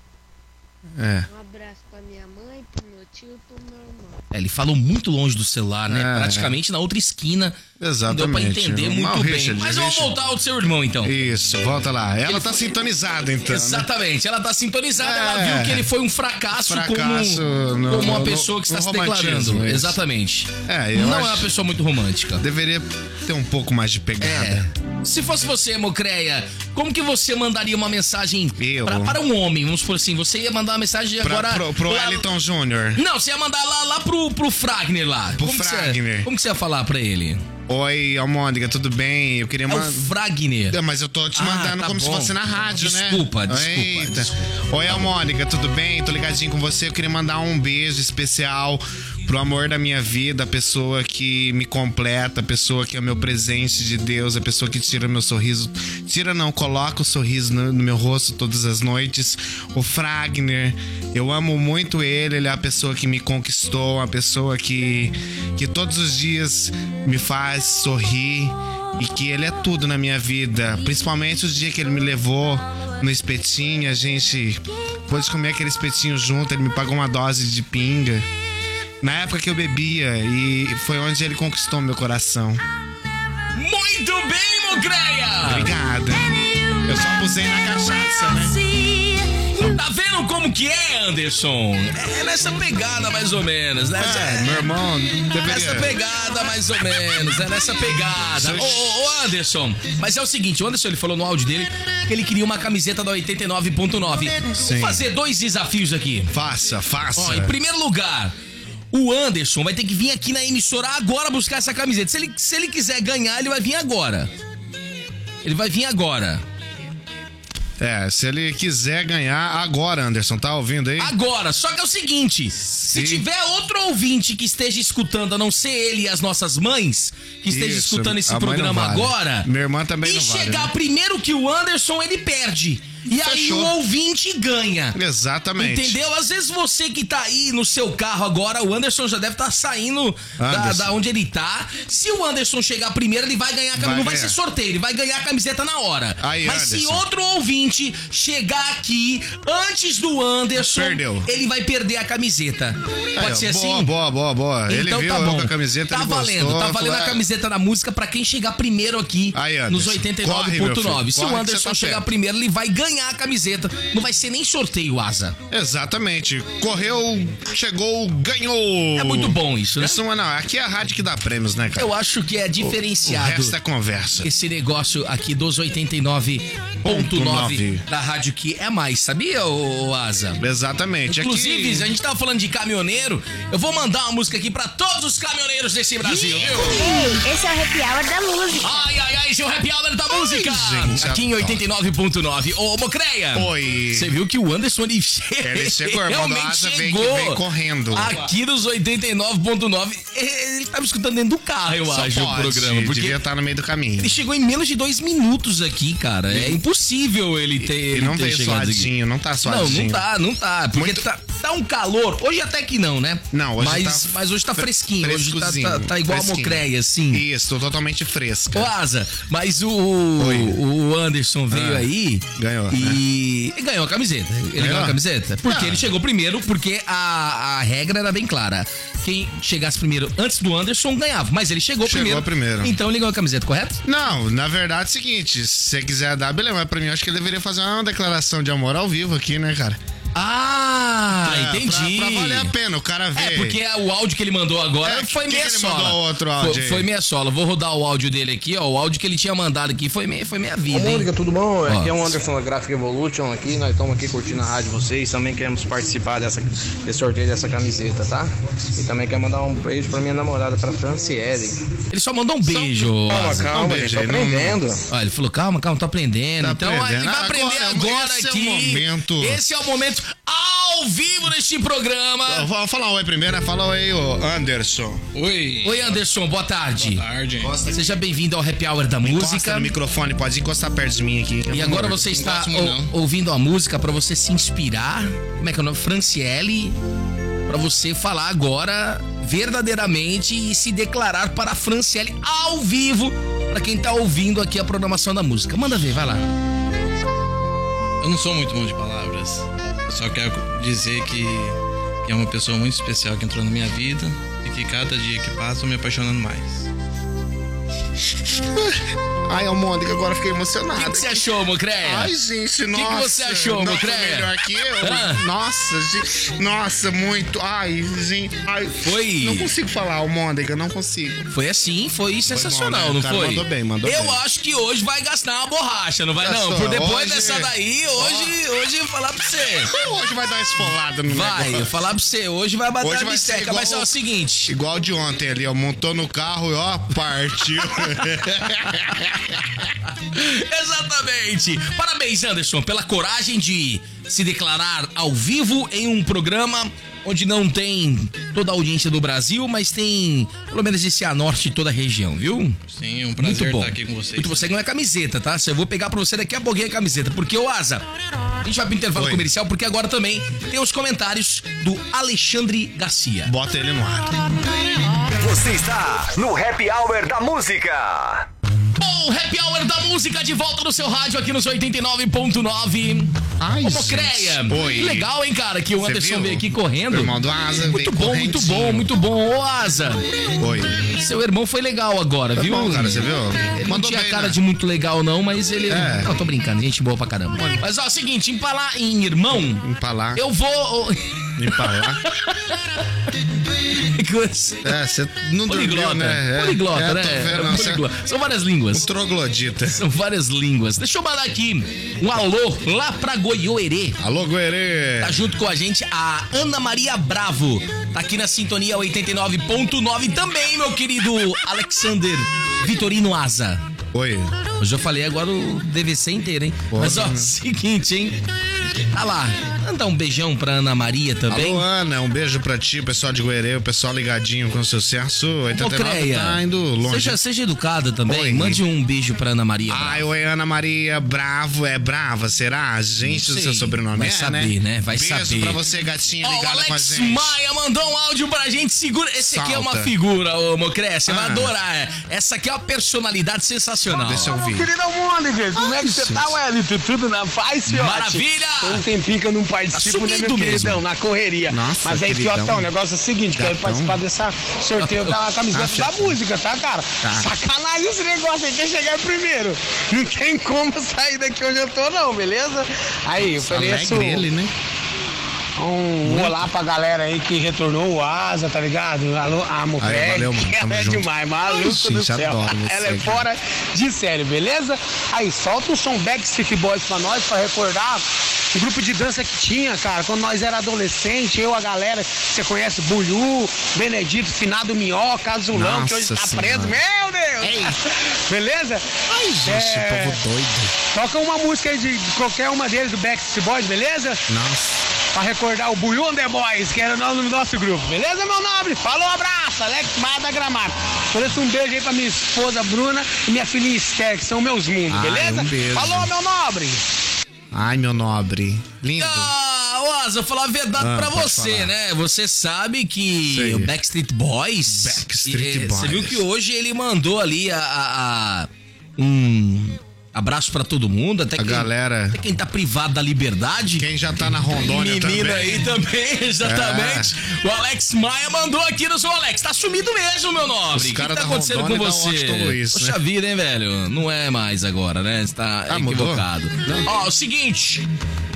É.
Um abraço pra minha mãe, pro meu tio e pro meu irmão.
É, ele falou muito longe do celular, né?
É,
Praticamente na outra esquina. Não deu pra
Exatamente.
entender
Mas
muito
o
bem.
Richard,
mas vamos
Richard.
voltar ao seu irmão, então.
Isso, volta lá. Ela tá sintonizada, então. né?
Exatamente, ela tá sintonizada, ela
É.
viu que ele foi um fracasso,
Fracasso
como,
no-
como uma
no-
pessoa que está
no
se
romantismo,
declarando.
isso.
Exatamente.
É, eu
Não
acho-
é uma pessoa muito romântica.
Deveria ter um pouco mais de pegada.
É. Se fosse você, Mocreia, como que você mandaria uma mensagem
Eu?
pra- para um homem? Vamos por assim, você ia mandar uma mensagem
Pra,
agora.
pro pro
lá-
Wellington Júnior.
Não, você ia mandar lá, lá pro, pro Fragner lá.
Pro
que você-
Fragner.
como que você ia falar pra ele?
Oi, Almônica, tudo bem? Eu queria
É o
mandar.
Fragner.
É, Mas eu tô te
Ah,
mandando
tá
como se
bom.
fosse na rádio,
Desculpa,
né?
desculpa, desculpa.
Oi, Almônica, tudo bem? Tô ligadinho com você. Eu queria mandar um beijo especial pro amor da minha vida, a pessoa que me completa, a pessoa que é o meu presente de Deus, a pessoa que tira meu sorriso. Tira não, coloca o sorriso no, no meu rosto todas as noites. O Fragner, eu amo muito ele, ele é a pessoa que me conquistou, a pessoa que, que todos os dias me faz sorrir e que ele é tudo na minha vida. Principalmente os dias que ele me levou no espetinho, a gente pôde comer aquele espetinho junto, ele me pagou uma dose de pinga. Na época que eu bebia e foi onde ele conquistou meu coração.
Muito bem, Mocreia!
Obrigada. Eu só pusei na cachaça, né?
Tá vendo como que é, Anderson? É nessa pegada mais ou menos, né?
É, meu irmão,
Nessa
deveria.
pegada, mais ou menos, é nessa pegada. Ô, ô, ô, Anderson, mas é o seguinte, o Anderson ele falou no áudio dele que ele queria uma camiseta da 89.9.
Sim.
Vou fazer dois desafios aqui.
Faça, faça.
Ó, em primeiro lugar, o Anderson vai ter que vir aqui na emissora agora buscar essa camiseta. Se ele, se ele quiser ganhar, ele vai vir agora. Ele vai vir agora.
É, se ele quiser ganhar agora, Anderson, tá ouvindo aí?
Agora, só que é o seguinte: se tiver outro ouvinte que esteja escutando, a não ser ele e as nossas mães, que esteja
Isso,
escutando esse
a mãe não
programa
vale.
agora,
Minha irmã também
e
não vale,
chegar
né?
primeiro que o Anderson, ele perde. E aí
Fechou.
o ouvinte ganha.
Exatamente.
Entendeu? Às vezes você que tá aí no seu carro agora, o Anderson já deve estar saindo da,
Anderson.
da onde ele tá. Se o Anderson chegar primeiro, ele vai ganhar a camiseta.
Vai
Não vai
ganhar.
ser sorteio, ele vai ganhar a camiseta na hora.
Aí,
Mas se
Anderson.
outro ouvinte chegar aqui antes do Anderson,
Perdeu.
ele vai perder a camiseta. Pode
Aí, ó,
ser
boa,
assim? Então
Boa, boa, boa. ele viu eu com a camiseta,
tá
ele
valendo,
gostou,
tá valendo
falou, "É,
a camiseta da música pra quem chegar primeiro aqui
Aí, Anderson,
nos
corre, meu filho,
89.9.
corre que
Se o
você tá
Anderson chegar
perto.
primeiro, ele vai ganhar a camiseta. Não vai ser nem sorteio, Asa.
Exatamente. Correu, chegou, ganhou.
É muito bom isso, né?
Isso, mas não, aqui é a rádio que dá prêmios, né, cara?
Eu acho que é
O
diferenciado.
resto é conversa.
esse negócio aqui dos 89.9 da rádio que é mais, sabia, ô, ô Asa?
Exatamente. É
Inclusive, a
aqui...
gente tava falando de caminhoneiro, eu vou mandar uma música aqui pra todos os caminhoneiros desse Brasil, viu?
Ei, esse é o Happy Hour da música.
Ai, ai, ai, esse é o happy hour da música!
gente,
aqui em
adoro.
89.9. Ô, Mocreia!
Oi.
Você viu que o Anderson ele, che-
Ele chegou, irmão do
realmente
Asa, vem que
chegou
vem correndo.
Aqui nos 89.9. Ele tava escutando dentro do carro, eu
Só
acho,
pode,
o programa. Porque
devia estar no meio do caminho.
Ele chegou em menos de dois minutos aqui, cara. É impossível ele ter.
E
ele
não
ter
veio
chegado aqui.
suadinho, não tá
Não,
suadinho.
não tá, não tá. Porque
Muito-
tá, tá um calor. Hoje até que não, né?
Não, hoje
mas,
tá
mas hoje tá
fre-
fresquinho. Hoje tá,
frescozinho,
tá, tá igual a
fresquinho.
mocreia, assim.
Isso, tô totalmente fresca.
Ô, Asa, mas o,
Oi.
o Anderson veio
Ah,
aí.
ganhou, né?
E e ganhou a camiseta. Ele ganhou, a camiseta. Porque
Ah.
ele chegou primeiro, porque a, a regra era bem clara. Quem chegasse primeiro antes do Anderson ganhava. Mas ele chegou,
Chegou
primeiro.
primeiro.
Então ele ganhou a camiseta, correto?
Não, na verdade é o seguinte, se você quiser dar, beleza, mas pra mim eu acho que eu deveria fazer uma declaração de amor ao vivo aqui, né, cara? É,
Ah,
Pra-
entendi.
Pra, pra valer a pena, o cara vê.
É, porque o áudio que ele mandou agora
É,
foi
que
meia
que ele
sola.
mandou outro áudio
foi,
aí?
foi meia sola. Vou rodar o áudio dele aqui, ó. O áudio que ele tinha mandado aqui foi meia, foi meia vida, hein?
Mônica, tudo bom?
Ó.
Aqui é o Anderson da Gráfica Evolution aqui, nós estamos aqui curtindo a rádio de vocês, também queremos participar dessa, desse sorteio dessa camiseta, tá? E também quero mandar um beijo pra minha namorada, pra Franciele.
Ele só mandou um beijo.
Calma,
Asa.
calma,
beijo
gente, tô
aí, não-
aprendendo.
Ó, ele falou, calma, calma, tô aprendendo.
Tá
então
aprendendo.
ele vai
Agora,
aprender agora,
esse é o
aqui.
momento.
Esse é o momento ao vivo neste
Eu
programa.
vou falar um oi primeiro, né? Fala oi, ô Anderson.
Oi.
Oi, Anderson, boa tarde.
Tarde.
Seja bem-vindo ao Happy Hour da
Encosta
Música.
no microfone, pode encostar perto de mim aqui.
E agora você está
gosto muito,
ou- ouvindo a música para você se inspirar. Como é que é o nome? Franciele. Para você falar agora verdadeiramente e se declarar para a Franciele ao vivo. Para quem tá ouvindo aqui a programação da música. Manda ver, vai lá.
Eu não sou muito bom de palavras. Eu só quero dizer que, que é uma pessoa muito especial que entrou na minha vida e que cada dia que passa eu me apaixonando mais.
Ai, ô Mônica, agora eu fiquei
O que,
emocionado.
que você achou, Mocreia?
Ai, gente, nossa.
você achou,
Não,
Mocreia?
melhor que eu.
Ah.
Nossa, gente. Nossa, muito. Ai, gente. Ai.
Foi.
Não consigo falar, ô Mônica, não consigo.
Foi assim, foi sensacional,
bom, né? O
não
cara
foi?
mandou bem, mandou
Eu
bem.
acho que hoje vai gastar uma borracha, não vai não?
Gastou.
Por depois
Hoje-
dessa daí, hoje, hoje eu vou falar pra você.
Hoje vai dar uma esfolada no
Vai, eu
negócio.
falar pra você, hoje vai bater
Hoje
a
vai ser
bisteca,
igual-
mas é o seguinte.
Igual de ontem ali, ó. Montou no carro e ó, partiu.
Exatamente. Parabéns, Anderson, pela coragem de se declarar ao vivo em um programa onde não tem toda a audiência do Brasil, mas tem pelo menos esse a norte de toda a região, viu?
Sim, é um
Muito
prazer
bom.
estar aqui com vocês.
Muito bom. Você ganha a camiseta, tá? Eu vou pegar pra você daqui a pouquinho a camiseta. Porque, ô Asa, a gente vai pro intervalo
Oi.
comercial, porque agora também tem os comentários do Alexandre Garcia.
Bota ele no ar.
Você está no Happy Hour da Música.
Bom, Happy Hour da Música de volta no seu rádio aqui nos 89.9.
Ai,
Ô,
gente.
Mocreia,
Oi.
que legal, hein, cara, que o
Você
Anderson
viu?
veio aqui correndo.
Irmão do Asa, veio
muito bom, muito bom,
correntinho.
muito bom. Ô, Asa,
Oi.
seu irmão foi legal agora, viu?
bom, cara, você viu?
Ele não
Mandou
tinha
bem,
cara
né?
de muito legal, não, mas ele...
É.
Não, tô brincando, gente boa pra caramba. Mas, ó, é o seguinte, em falar em irmão...
Empalar.
Eu vou.
Empalar. É, você não dormiu,
Poliglota.
né? É.
Poliglota,
É,
né?
tô vendo,
É,
você é
poliglota. São várias línguas.
um troglodita.
São várias línguas. Deixa eu mandar aqui um alô lá pra Goiôerê.
Alô, Guerê.
Tá junto com a gente a Ana Maria Bravo. Tá aqui na sintonia 89.9 também, meu querido Alexander Vitorino Asa.
Oi.
Eu já falei agora o DVC inteiro, hein?
Porra,
Mas ó,
né?
seguinte, hein? Ah lá, mandar um beijão pra Ana Maria também.
Alô, Ana, um beijo pra ti, pessoal de Guerê, o pessoal ligadinho com o sucesso.
Ô,
89
Creia,
tá indo longe.
Seja, seja educada também.
Oi. Ah,
Mande um beijo pra Ana Maria.
Ai, oi, Ana Maria, bravo, é brava, será? Gente,
Não
o
sei.
seu sobrenome
Vai
é,
saber, né? Vai
Beijo
saber.
pra você, gatinha
Ó, o
ligada com a
Alex
gente.
Maia mandou um áudio pra gente. Segura. Esse aqui é uma
Salta.
figura, ô Mocré. Você vai
Ah.
adorar. Essa aqui é uma personalidade
Ah,
sensacional.
Deixa eu ouvir.
um é
Querida Mônica, como é que você tá, Wellington? Tudo na paz, fiote?
Maravilha!
Tem um tempinho que eu não
Tipo
participo,
Tá
né, meu
sumido mesmo.
queridão? Na correria.
Nossa,
Mas aí,
queridão.
Fiotão, o negócio é o seguinte: quero
Gatão.
participar dessa sorteio da camiseta
Ah,
da
Fiotão.
música, tá, cara?
Tá.
Sacanagem esse negócio aí, quer chegar primeiro. Não tem como sair daqui onde eu tô, não, beleza? Aí,
Tá
eu ofereço
Alegre ele, né?
um olá pra galera aí que retornou o Asa, tá ligado? Alô, amo
Aí,
Peg.
valeu, mano, tamo
Ela é
junto.
demais, maluco
Gente,
do céu.
adoro você,
Ela é
cara.
fora de série, beleza? Aí, solta um som Backstreet Boys pra nós, pra recordar o grupo de dança que tinha, cara, quando nós era adolescente, eu, a galera, você conhece Bulhu, Benedito, Finado Minhoca, Azulão, que hoje tá
Nossa
preso.
Senhora.
Meu Deus! Beleza?
né? Ai, gente,
É.
povo doido.
Toca uma música aí de qualquer uma deles do Backstreet Boys, beleza?
Nossa.
pra recordar o Buion The Boys, que era o nome do nosso grupo. Beleza, meu nobre? Falou, abraço, Alex Maia da Gramado. Ofereço um beijo aí pra minha esposa Bruna e minha filhinha Esther, que são meus mundos,
Ai,
beleza?
um beijo.
Falou, meu nobre!
Ai, meu nobre. Lindo.
Ah, ô, Asa, eu vou falar a verdade
Ah,
pra
pode
você,
falar.
né? Você sabe que
Sei.
o Backstreet Boys.
Backstreet
eh, Você
Boys.
viu que hoje ele mandou ali a. a- a- um abraço pra todo mundo, até
A
quem,
galera.
até quem tá privado da liberdade.
Quem já tá na Rondônia
Menino
também. É.
aí também, exatamente. O Alex Maia mandou aqui no seu Alex. Tá sumido mesmo, meu nobre.
Os
O que
cara
tá
da
acontecendo com
Rondônia dá um
você?
Washington Luiz, né?
Poxa vida, hein, velho? Não é mais agora, né? Você tá
Ah, mudou?
equivocado. Ó, o seguinte.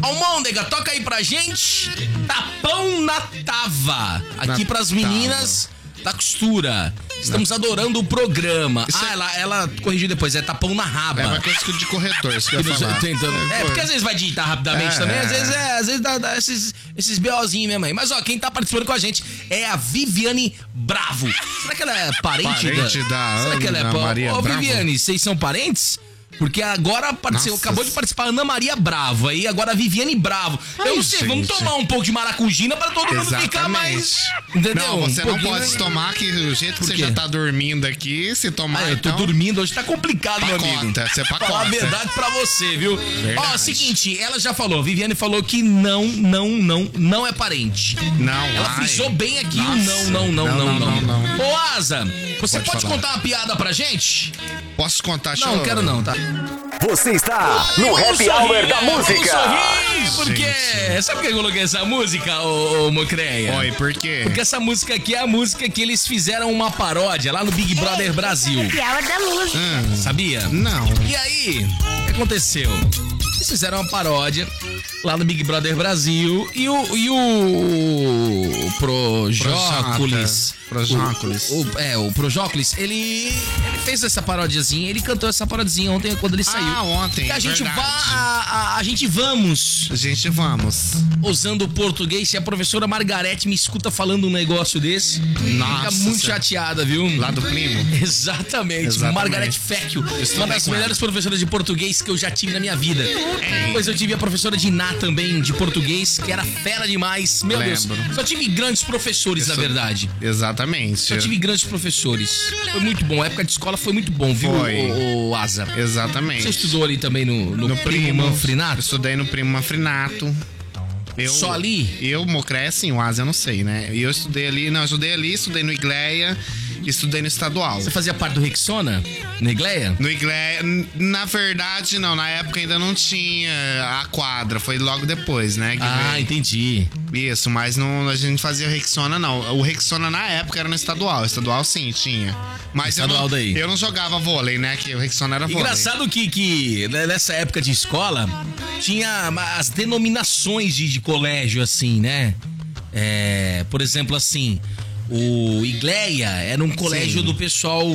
Almôndega, toca aí pra gente. Tapão na tava. Aqui
Na
pras meninas da costura. Estamos adorando o programa.
Isso
ah,
é-
ela, ela corrigiu depois. É tapão na raba.
É uma coisa que de corretor, isso que eu
Que
ia
nos-
falar.
tentando- É, porque às vezes vai digitar rapidamente
É.
também, às vezes é, às vezes dá, dá esses, esses BOzinhos mesmo aí. Mas ó, quem tá participando com a gente é a Viviane Bravo. Será que ela é parente,
Parente da
Será que ela é
Ana
pa-
Maria
Ô,
Bravo?
Viviane, vocês são parentes? Porque agora apareceu,
Nossa.
acabou de participar a Ana Maria Bravo, aí agora a Viviane Bravo. Eu
Ai,
não sei, vamos
gente.
tomar um pouco de maracujina pra todo mundo ficar mais. Entendeu?
Não, você
Um
não
pouquinho-
pode se tomar que do jeito que
Por
você
quê?
já tá dormindo aqui, se tomar.
Ah, eu tô
então,
dormindo hoje, tá complicado, meu
Pacota,
amigo.
você é pacota.
Falar a verdade pra você, viu?
Verdade.
Ó, seguinte, ela já falou, a Viviane falou que não, não, não, não é parente.
Não,
Ela
ai.
frisou bem aqui o
Nossa.
não, não, não, não, não,
não, não.
Ô, Asa, você
Pode
pode,
falar.
contar uma piada pra gente?
Posso contar? Deixa
Não,
eu-
quero não, tá?
Você está no
Vamos
Happy Hour
sorrir,
da
né? Vamos
Música.
sorrir, porque...
Gente.
Sabe por que eu coloquei essa música, ô, ô Mocreia?
Oi, por quê?
Porque essa música aqui é a música que eles fizeram uma paródia lá no Big Brother Brasil,
é Happy Hour da música.
Hum,
sabia?
não.
E aí, o que aconteceu? Eles fizeram uma paródia lá no Big Brother Brasil e o, e o, o Projócolis.
Projócolis.
O, o- é, o Projócolis, ele, ele fez essa parodiazinha, ele cantou essa parodiazinha ontem quando ele saiu.
Ah, ontem.
e a gente
verdade.
vai. A, a gente vamos.
Gente, vamos.
Usando o português, se a professora Margarete me escuta falando um negócio desse,
Nossa
fica muito
senhora.
chateada, viu?
Lá do primo.
Exatamente.
Exatamente.
Margarete Fecchio, uma das
com ela.
melhores professoras de português que eu já tive na minha vida.
É.
Depois eu tive a professora de Iná também, de português, que era fera demais. Meu Deus.
Lembro.
Só tive grandes professores, na
sou-
verdade.
Exatamente.
Só tive grandes professores. Foi muito bom. A época de escola foi muito bom, viu,
Foi.
O, Asa?
Exatamente.
Você estudou ali também no, no,
No
Primo
Primo. Eu
Manfrinato?
estudei no Primo Manfrinato. Eu,
Só ali?
Eu, Mocré, sim, o Asa eu não sei, né? E eu estudei ali, não, eu estudei ali, estudei no Igleia, estudei no Estadual.
Você fazia parte do Rexona? Na Igleia?
No Igleia, n- na verdade, não, na época ainda não tinha a quadra, foi logo depois, né? que
Ah,
veio.
entendi.
Isso, mas não, a gente não fazia Rexona, não. O Rexona na época era no estadual. O estadual sim, tinha. Mas eu não,
Estadual daí.
eu não jogava vôlei, né? Que o Rexona era vôlei.
Engraçado que, que né, nessa época de escola tinha ma- as denominações de, de colégio, assim, né? É, por exemplo, assim, o Igleia era um colégio
Sim.
do pessoal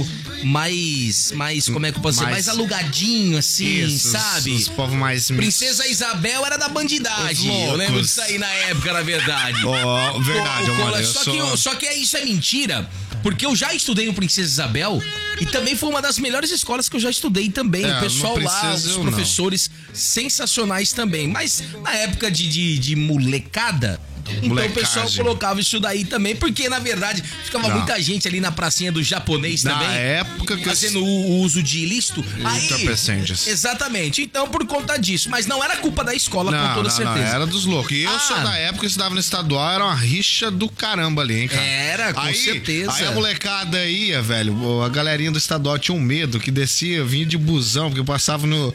mais. mais como é que eu posso dizer?
Mais-
Mais alugadinho, assim,
Isso, os-
sabe?
Os, povos mais.
Princesa Isabel era da
Os
bandidagem. Eu
loucos.
lembro disso aí na época, na verdade.
Ó, verdade,
O- o
amor,
colégio-
eu
só,
sou-
que, o- só que é- isso é mentira, porque eu já estudei no Princesa Isabel e também foi uma das melhores escolas que eu já estudei também.
É,
o pessoal
não
lá,
precisa
os
eu não.
professores sensacionais também. Mas na época de, de, de molecada, Então o pessoal
Molecagem.
colocava isso daí também, porque na verdade ficava
Não.
muita gente ali na pracinha do japonês
Na
também.
época que eu-
Fazendo o o uso de ilícito.
Entorpecentes.
Exatamente. Então, por conta disso. Mas não era culpa da escola, com
Não,
toda
não, não,
certeza.
era dos loucos. E eu
Ah.
sou da época que estudava no estadual, era uma rixa do caramba ali, hein, cara?
Era, É, com
aí,
certeza.
Aí a molecada ia, velho. A galerinha do estadual tinha um medo que descia, vinha de busão, porque eu passava no.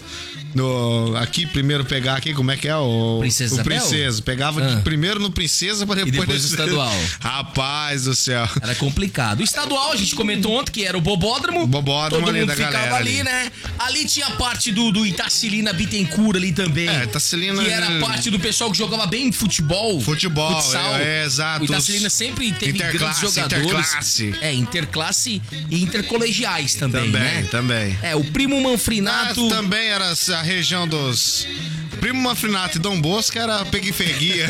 no aqui primeiro pegar aqui, como é que é? O, o
Princesa Isabel?
Princesa. Pegava
Ah.
de- primeiro no Princesa pra depois,
depois no
no-
estadual.
Rapaz do céu.
Era complicado. O estadual, a gente comentou ontem que era o Bobódromo.
O bobódromo
Todo
ali
mundo
da
ficava
galera
ali,
ali.
né? Ali tinha a parte do, do Itacilina Bittencourt ali também.
É, Itacilina-
Que era a parte do pessoal que jogava bem futebol.
Futebol,
futsal.
é, é, exato.
O Itacilina sempre teve grandes
Interclasse,
jogadores.
interclasse.
É, interclasse e intercolegiais também,
Também,
né?
também.
É, o Primo
Ah,
Manfrinato...
também era a região dos. Primo Mafinato e Dom Bosco era peguiferguia.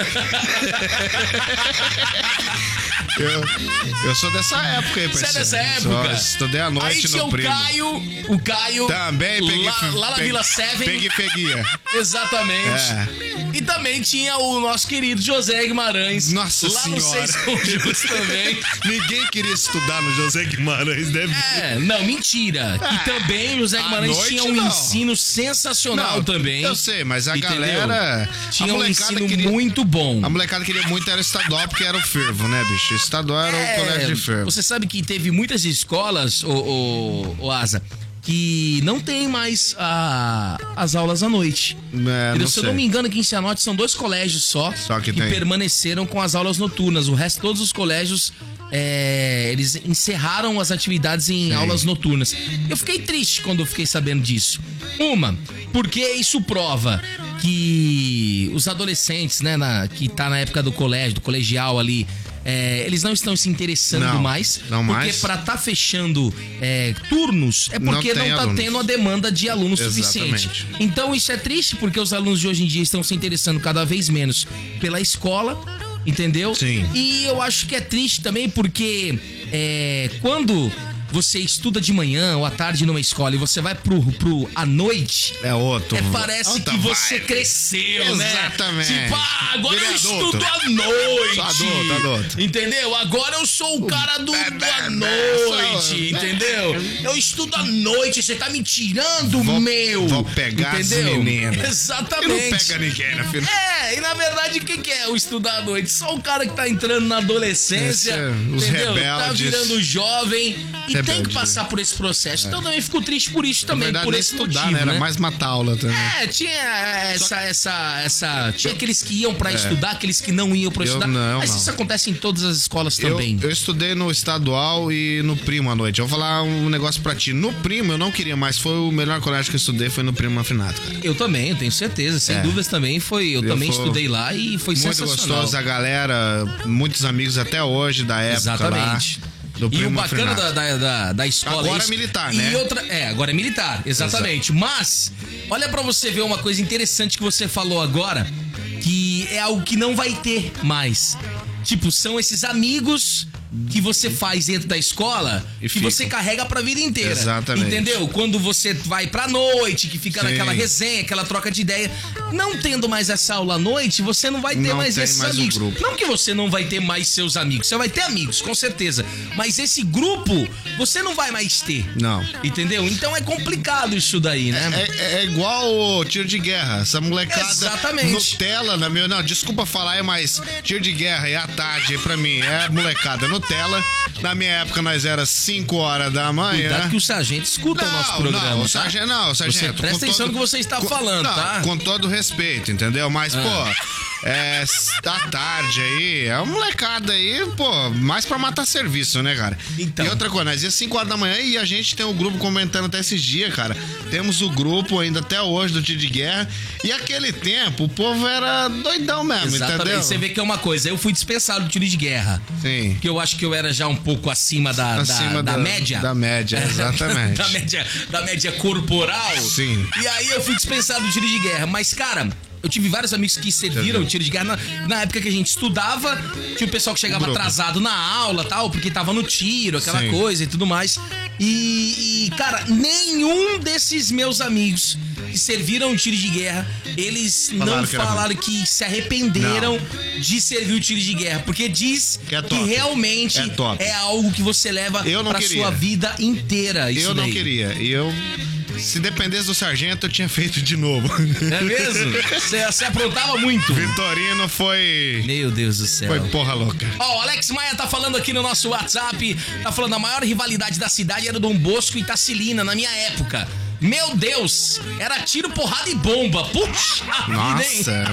eu, eu sou dessa época aí,
Você é
parceiro.
dessa
Sou-
época?
estudei à
Aí
noite
tinha
no
o
Primo.
Caio, o Caio...
Também peguei.
Lá, lá na Vila Seven.
Peguiferguia.
Exatamente.
É.
E também tinha o nosso querido José Guimarães.
Nossa
lá no
Senhora.
Seis Conjuntos também.
Ninguém queria estudar no José Guimarães, né, deve
É, não, mentira. E também o José Guimarães
É. noite,
tinha um
não.
ensino sensacional também.
Eu sei, mas a
Entendeu?
galera.
Tinha
a
um
molecada
ensino
queria-
muito bom.
A molecada queria muito era estadual, porque era o fervo, né, bicho? Estadual era o
É,
colégio de fervo.
Você sabe que teve muitas escolas, o, Asa, que não tem mais a- as aulas à noite.
É,
Entendeu?
não
Se
sei.
eu não me engano, aqui em Cianorte são dois colégios só,
Só que tem.
permaneceram com as aulas noturnas. O resto, todos os colégios, é, eles encerraram as atividades em aulas noturnas. Eu fiquei triste quando eu fiquei sabendo disso. Uma, porque isso prova que os adolescentes, né, na- que tá na época do colégio, do colegial ali, é, eles não estão se interessando
Não,
mais.
não
porque
mais.
pra tá fechando é, turnos, é porque
Não
não,
tem
tá
alunos.
tendo a demanda de alunos suficiente.
Exatamente.
Então isso é triste porque os alunos de hoje em dia estão se interessando cada vez menos pela escola, entendeu?
Sim.
E eu acho que é triste também porque é, quando você estuda de manhã ou à tarde numa escola e você vai pro, pro à noite.
É outro.
é, parece
outra
que você
vibe.
cresceu, né?
Exatamente.
Tipo, ah, agora
Virei
eu
adulto.
estudo à noite.
Sou adulto, adulto. É,
Entendeu? Agora eu sou o cara do, do à
né?
noite, entendeu? Eu estudo à noite, você tá me tirando o
Vou-
meu.
vou pegar as
entendeu?
meninas. E
Exatamente.
não pega ninguém, né, filho?
É, e na verdade, o que, que é o estudar à noite? Só o cara que tá entrando na
Esse,
adolescência,
é os
entendeu? Tá
rebeldes.
virando jovem e tem que
Rebelde.
passar por esse processo. Então também fico triste por isso
É. Na
também,
verdade,
por
nem
esse
estudar,
motivo,
né? Era
né?
mais matar aula também.
É, tinha essa, essa, essa. Tinha aqueles que iam pra estudar, aqueles que não iam pra
É. Eu
estudar.
não,
Mas
não.
isso acontece em todas as escolas
Eu,
também.
eu estudei no estadual e no primo à noite. Eu vou falar um negócio pra ti. No primo eu não queria, mas foi o melhor colégio que eu estudei, foi no primo afinato, cara.
Eu também, eu tenho certeza. Sem
É.
dúvidas também foi. Eu,
Eu
também
fui-
estudei lá e foi
Muito
sensacional.
gostoso, a galera, muitos amigos até hoje da época
Exatamente.
lá. Do
e o
primo
bacana
Afinato.
da, da, da, da escola
Agora
isso.
é militar,
E
né?
outra- é, agora é militar, exatamente. Mas, olha pra você ver uma coisa interessante que você falou agora, que é algo que não vai ter mais. Tipo, são esses amigos que você faz dentro da escola
E
que você
ficam.
carrega pra vida inteira.
Exatamente.
Entendeu? Quando você vai pra noite, que fica
Sim.
naquela resenha, aquela troca de ideia. Não tendo mais essa aula à noite, você não vai ter
Não
mais
tem
esses
mais o
amigos.
grupo.
Não que você não vai ter mais seus amigos, você vai ter amigos, com certeza. Mas esse grupo, você não vai mais ter.
Não.
Entendeu? Então é complicado isso daí, né?
É, é igual o tiro de guerra. Essa molecada.
Exatamente.
Nutella, na minha. Não, desculpa falar, é mas tiro de guerra é à tarde pra mim. É molecada Nutella. Na minha época nós era 5 horas da manhã.
Cuidado que o sargento escuta o nosso programa.
É. Não,
tá?
sargento, não, sargento.
Você presta
com
atenção no que você está
com-
falando,
não,
tá? Ah.
Com todo respeito, entendeu? Mas, pô, é, s- à tarde aí, é uma molecada aí, pô, mais pra matar serviço, né, cara?
Então.
E outra coisa, nós ia 5 horas da manhã e a gente tem o grupo comentando até esses dias, cara. Temos o grupo ainda até hoje do Tio de Guerra. E aquele tempo, o povo era doidão mesmo,
Exatamente.
entendeu?
Você vê que é uma coisa, eu fui dispensado do tiro de guerra.
Sim.
Porque eu acho que eu era já um pouco acima da, da-
Acima
da
da-
média.
da média, exatamente.
da, média, da média corporal.
Sim.
E aí eu fui dispensado do tiro de guerra. Mas, cara. Eu tive vários amigos que serviram o tiro de guerra. Na, na época que a gente estudava, tinha o pessoal que chegava
grupo.
atrasado na aula tal, porque tava no tiro, aquela
Sim.
coisa e tudo mais. E, e, cara, nenhum desses meus amigos que serviram o tiro de guerra, eles
Falaram
não
que era
falaram que se arrependeram de servir o tiro de guerra. Porque diz
Que
que,
é top.
realmente
É top.
é algo que você leva
Eu não
pra
queria.
sua vida inteira. Isso
eu não
daí.
queria. E eu. Se dependesse do sargento, eu tinha feito de novo.
É mesmo? Você você aprontava muito.
Vitorino foi.
Meu Deus do céu.
Foi porra louca.
Ó, o Alex Maia tá falando aqui no nosso WhatsApp, tá falando a maior rivalidade da cidade era Dom Bosco e Itacilina na minha época. Meu Deus, era tiro, porrada e bomba. Puxa, vida, hein?
Nossa.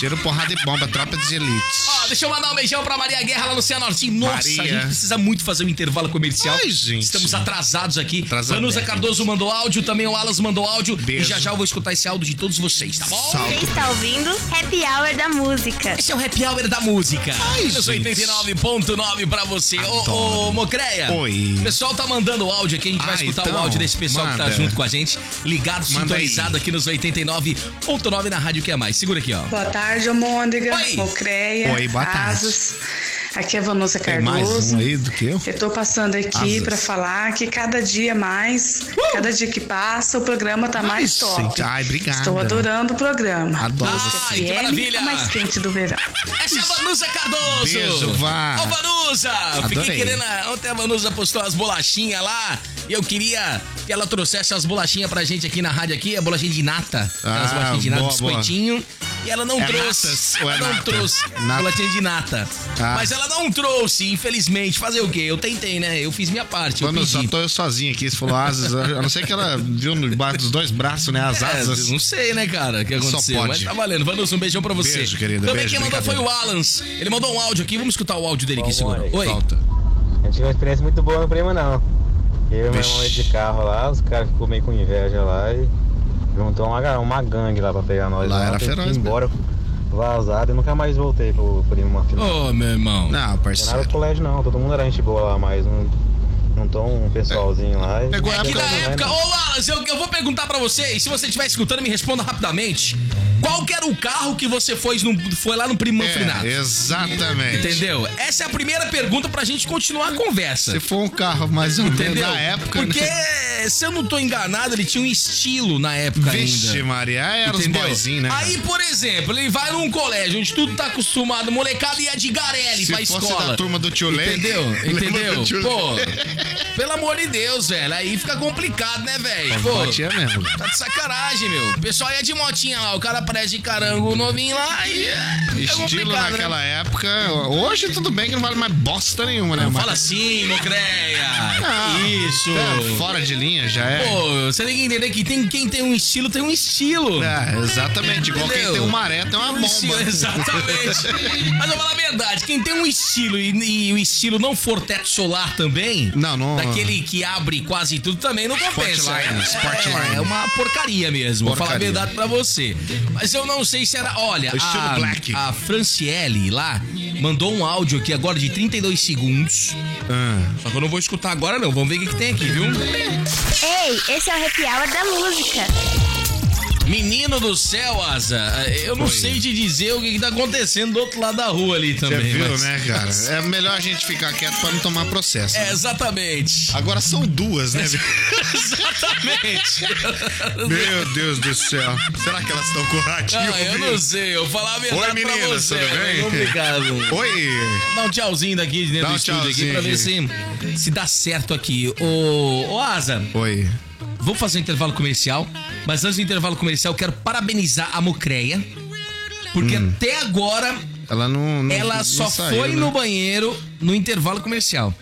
Tiro porrada e bomba, tropa de elites.
Ó, deixa eu mandar um beijão pra Maria Guerra lá no Cianortim. Nossa,
Maria.
a gente precisa muito fazer um intervalo comercial.
Ai, gente.
Estamos atrasados aqui.
Atrasadérrimos.
Vanusa Cardoso mandou áudio, também o Alas mandou áudio.
Beijo.
E já já eu vou escutar esse áudio de todos vocês, tá bom?
Salve.
Você está ouvindo Happy Hour da Música.
Esse é o Happy Hour da Música.
Ai,
Menos
gente.
89.9 pra você. Ô,
Adoro.
ô, Mocreia.
Oi.
O pessoal tá mandando o áudio aqui. A gente vai
Ah,
escutar o
então,
áudio desse pessoal que
manda.
tá junto com a gente. Ligado,
Manda aí.
sintonizado aqui nos 89.9 na Rádio Que É Mais. Segura aqui, ó.
Boa tarde, Almôndega,
Oi.
Mocreia,
Oi, boa tarde.
Asos. Aqui é a Vanusa
Tem mais
Cardoso.
um aí do que eu?
Eu tô passando aqui
Asas.
para falar que cada dia mais, cada dia que passa, o programa tá mais
Uh! Ai,
top.
gente, ai, obrigado.
Estou adorando o programa.
Adoro
Ah,
você.
Ai, que
E é
maravilha.
a mais quente do verão.
Essa é a Vanusa Cardoso.
Beijo, Vá.
Ô, Vanusa. Fiquei
Adorei.
querendo... a- Ontem a Vanusa postou as bolachinhas lá. E eu queria que ela trouxesse as bolachinhas pra gente aqui na rádio aqui. A bolachinha de nata. Aquelas
Ah,
bolachinhas de nata,
boa, boa.
biscoitinho. E ela não
É
trouxe.
natas ou
ela
é
não
nata?
trouxe.
Nata.
Bolachinha de nata.
Ah.
Mas ela não trouxe, infelizmente. Fazer o quê? Eu tentei, né? Eu fiz minha parte.
Quando
eu
eu só
pedi.
tô eu sozinho aqui, você falou asas, a não ser que ela viu no bar dos dois braços, né? As
É,
asas.
não sei, né, cara, o que
Só
aconteceu.
pode.
Mas tá valendo. Vanusa, um beijão pra você.
Beijo, querida,
Também
beijo,
quem mandou foi o
brincadeira.
Alans. Ele mandou um áudio aqui. Vamos escutar o áudio dele aqui,
Vamos,
segura.
olha aí.
Oi.
Falta.
Eu tive uma experiência muito boa no prêmio, não. Eu e meu
Vixe.
irmão ia de carro lá, os caras ficou meio com inveja lá e juntou uma, ga- uma gangue lá pra pegar nós.
Lá
Eu
era
tive que ir
feroz mesmo.
embora vazado e nunca mais voltei pro primo Martins. Não
Ô, meu irmão.
né? Não,
era nada
parceiro.
do colégio, não. Todo mundo era gente boa lá, mas não, não tão um
É.
pessoalzinho lá. E...
Pegou a
Que
época.
na
Não
época,
lembro.
ô Alas, eu, eu vou perguntar pra você, e se você estiver escutando, me responda rapidamente. Qual que era o carro que você foi, no- foi lá no Primo Manfrinato?
É, exatamente.
Entendeu? Essa é a primeira pergunta pra gente continuar a conversa.
Se for um carro mais ou menos
entendeu?
da época,
Porque,
né?
se eu não tô enganado, ele tinha um estilo na época ainda.
Vixe, Maria, era
Entendeu?
os boizinhos, né?
Aí, por exemplo, ele vai num colégio onde tudo tá acostumado, molecada ia de garelli
Se
pra
fosse
escola.
da turma do tio Lê.
Entendeu?
Lembra
Entendeu?
do tio
Pô,
Lê?
pelo amor de Deus, velho. Aí fica complicado, né, velho? Pô,
Batia mesmo.
tá de sacanagem, meu. O pessoal ia de motinha lá, o cara parece de carango novinho lá e. É
Estilo
complicado,
naquela
né?
época. Hoje tudo bem que não vale mais bosta nenhuma, né?
Fala assim, Mocreia.
Ah,
Isso.
é, fora de linha já é.
Pô, você tem que entender que tem, quem tem um estilo tem um estilo.
É, exatamente. Igual
Entendeu?
quem tem um maré tem uma
Um estilo,
bomba.
exatamente. Mas eu vou falar a verdade, quem tem um estilo e, e o estilo não for teto solar também,
Não, não.
daquele que abre quase tudo também não compensa.
Sportline,
É,
Sportline.
É uma porcaria mesmo, vou falar a
Porcaria.
verdade pra você. Mas eu não sei se era, olha,
O estilo
a,
black.
a Franciele lá mandou um áudio aqui agora de 32 segundos.
Ah,
Só que eu não vou escutar agora não, vamos ver o que, que tem aqui, viu?
Ei, esse é o Happy Hour da Música.
Menino do céu, Asa, eu não
Oi.
sei te dizer o que, que tá acontecendo do outro lado da rua ali
Você
também.
viu,
mas-
né, cara? É melhor a gente ficar quieto pra não tomar processo.
É, exatamente.
Agora são duas, né? viu?
Exatamente.
Meu Deus do céu. Será que elas estão com o ratinho?
Não, Ah, eu não sei, eu vou falar a verdade
Oi,
pra
meninas,
você.
tudo bem?
É complicado.
Oi!
Dá um tchauzinho daqui de dentro
Dá um
do estúdio aqui
tchauzinho
pra ver se, se dá certo aqui. Ô, ô Asa,
Oi.
vou fazer um intervalo comercial, mas antes do intervalo comercial, eu quero parabenizar a Mocreia, porque até agora
Ela Hum. não. não-
ela
não
só
saiu,
foi
né?
no banheiro no intervalo comercial.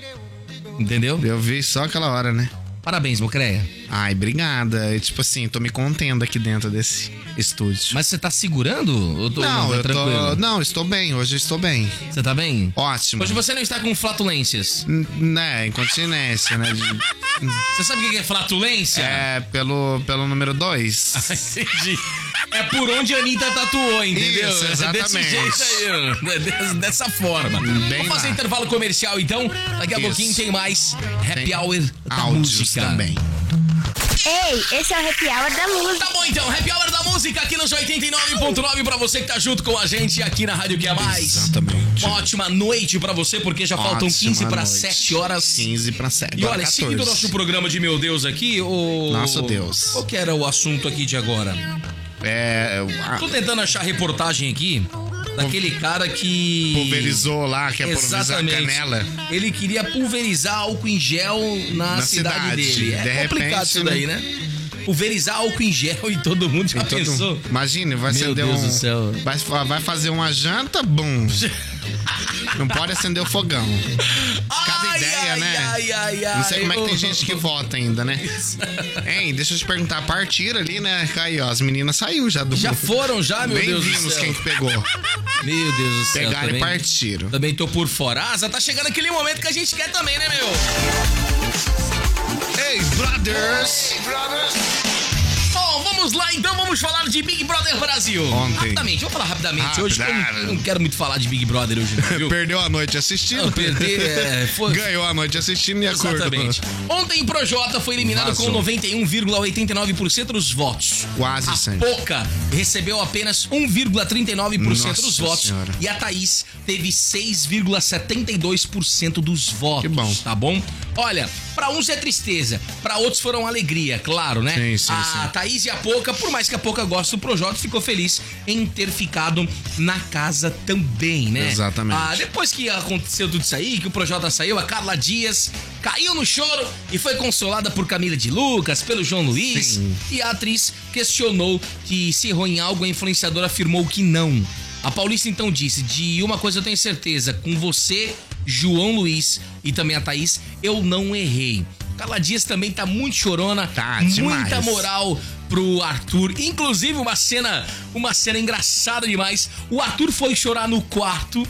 Entendeu?
Eu vi só aquela hora, né?
Parabéns, Mocreia.
Ai, obrigada. E, tipo assim, tô me contendo aqui dentro desse estúdio.
Mas você tá segurando? Ou tô,
não,
tá
eu
tranquilo?
tô. Não, estou bem, hoje estou bem.
Você tá bem?
Ótimo.
Hoje você não está com flatulências.
N- Né, incontinência, né? de-
Você sabe o que é flatulência?
É, pelo, pelo número 2.
Entendi. É por onde a Anitta tatuou, entendeu?
Isso,
É
exatamente.
desse jeito aí, ó. É des- dessa forma.
Bem
Vamos fazer
lá.
intervalo comercial então. Daqui a
Isso.
pouquinho tem mais Happy Hour da
áudios
tá música.
também.
Ei, esse é o happy hour da música.
Tá bom então, happy hour da música aqui nos 89.9 pra você que tá junto com a gente aqui na Rádio Que é Mais. Exatamente. Uma ótima noite pra você, porque já faltam
Ótima
15 pra
noite.
7 horas.
15 pra 7.
E olha, seguindo o nosso programa de Meu Deus aqui, o.
Nosso Deus.
Qual que era o assunto aqui de agora?
É.
Tô tentando achar a reportagem aqui daquele cara que.
Pulverizou lá, que é pulverizar a
Exatamente.
canela.
Ele queria pulverizar álcool em gel na,
Na
cidade,
cidade.
dele. É
De repente,
complicado isso daí, né?
né?
Pulverizar álcool em gel e todo mundo já
Todo-
pensou.
Imagina, vai
Meu
acender
Deus
um.
do céu.
Vai, vai fazer uma janta, bum. Não pode acender o fogão. Cada ideia, né?
ai, ai, ai.
Não sei como é que
Ô,
tem gente que vota ainda, né? Hein, deixa eu te perguntar, partiram ali, né? Aí, ó, as meninas saiu já do
Já foram já, meu
Nem
Deus do
vimos
céu. tá
quem que pegou.
Meu Deus do céu.
Pegaram
também-
e partiram.
Também tô por fora. Ah, já tá chegando aquele momento que a gente quer também, né, meu?
Ei, brothers!
Bom, vamos lá então, vamos falar de Big Brother Brasil.
Ontem.
Rapidamente, vou falar rapidamente hoje, porque eu não-
Rapidado.
não quero muito falar de Big Brother hoje, não, viu?
Perdeu a noite assistindo.
Eu perdi, é, foi-
Ganhou a noite assistindo e acordou.
Exatamente. Ontem, Projota foi eliminado
Vazou.
com 91,89% dos votos.
Quase
A
sempre.
Poca recebeu apenas 1,39% dos
Nossa
votos.
Senhora.
E a Thaís teve 6,72% dos votos. Que bom. Tá bom? Olha, pra uns é tristeza, pra outros foram alegria, claro, né?
Sim, sim,
a
sim.
Thaís e a Poca, por mais que a Poca goste do Projota, ficou feliz em ter ficado na casa também, né?
Exatamente.
Ah, depois que aconteceu tudo isso aí, que o Projota saiu, a Carla Dias caiu no choro e foi consolada por Camila de Lucas, pelo João Luiz. E a atriz questionou que se errou em algo, a influenciadora afirmou que não. A Paulista então disse: De uma coisa eu tenho certeza, com você, João Luiz e também a Thaís, eu não errei. Carla Dias também tá muito chorona,
Tá,
muita
demais.
moral pro Arthur. Inclusive, uma cena, uma cena engraçada demais. O Arthur foi chorar no quarto.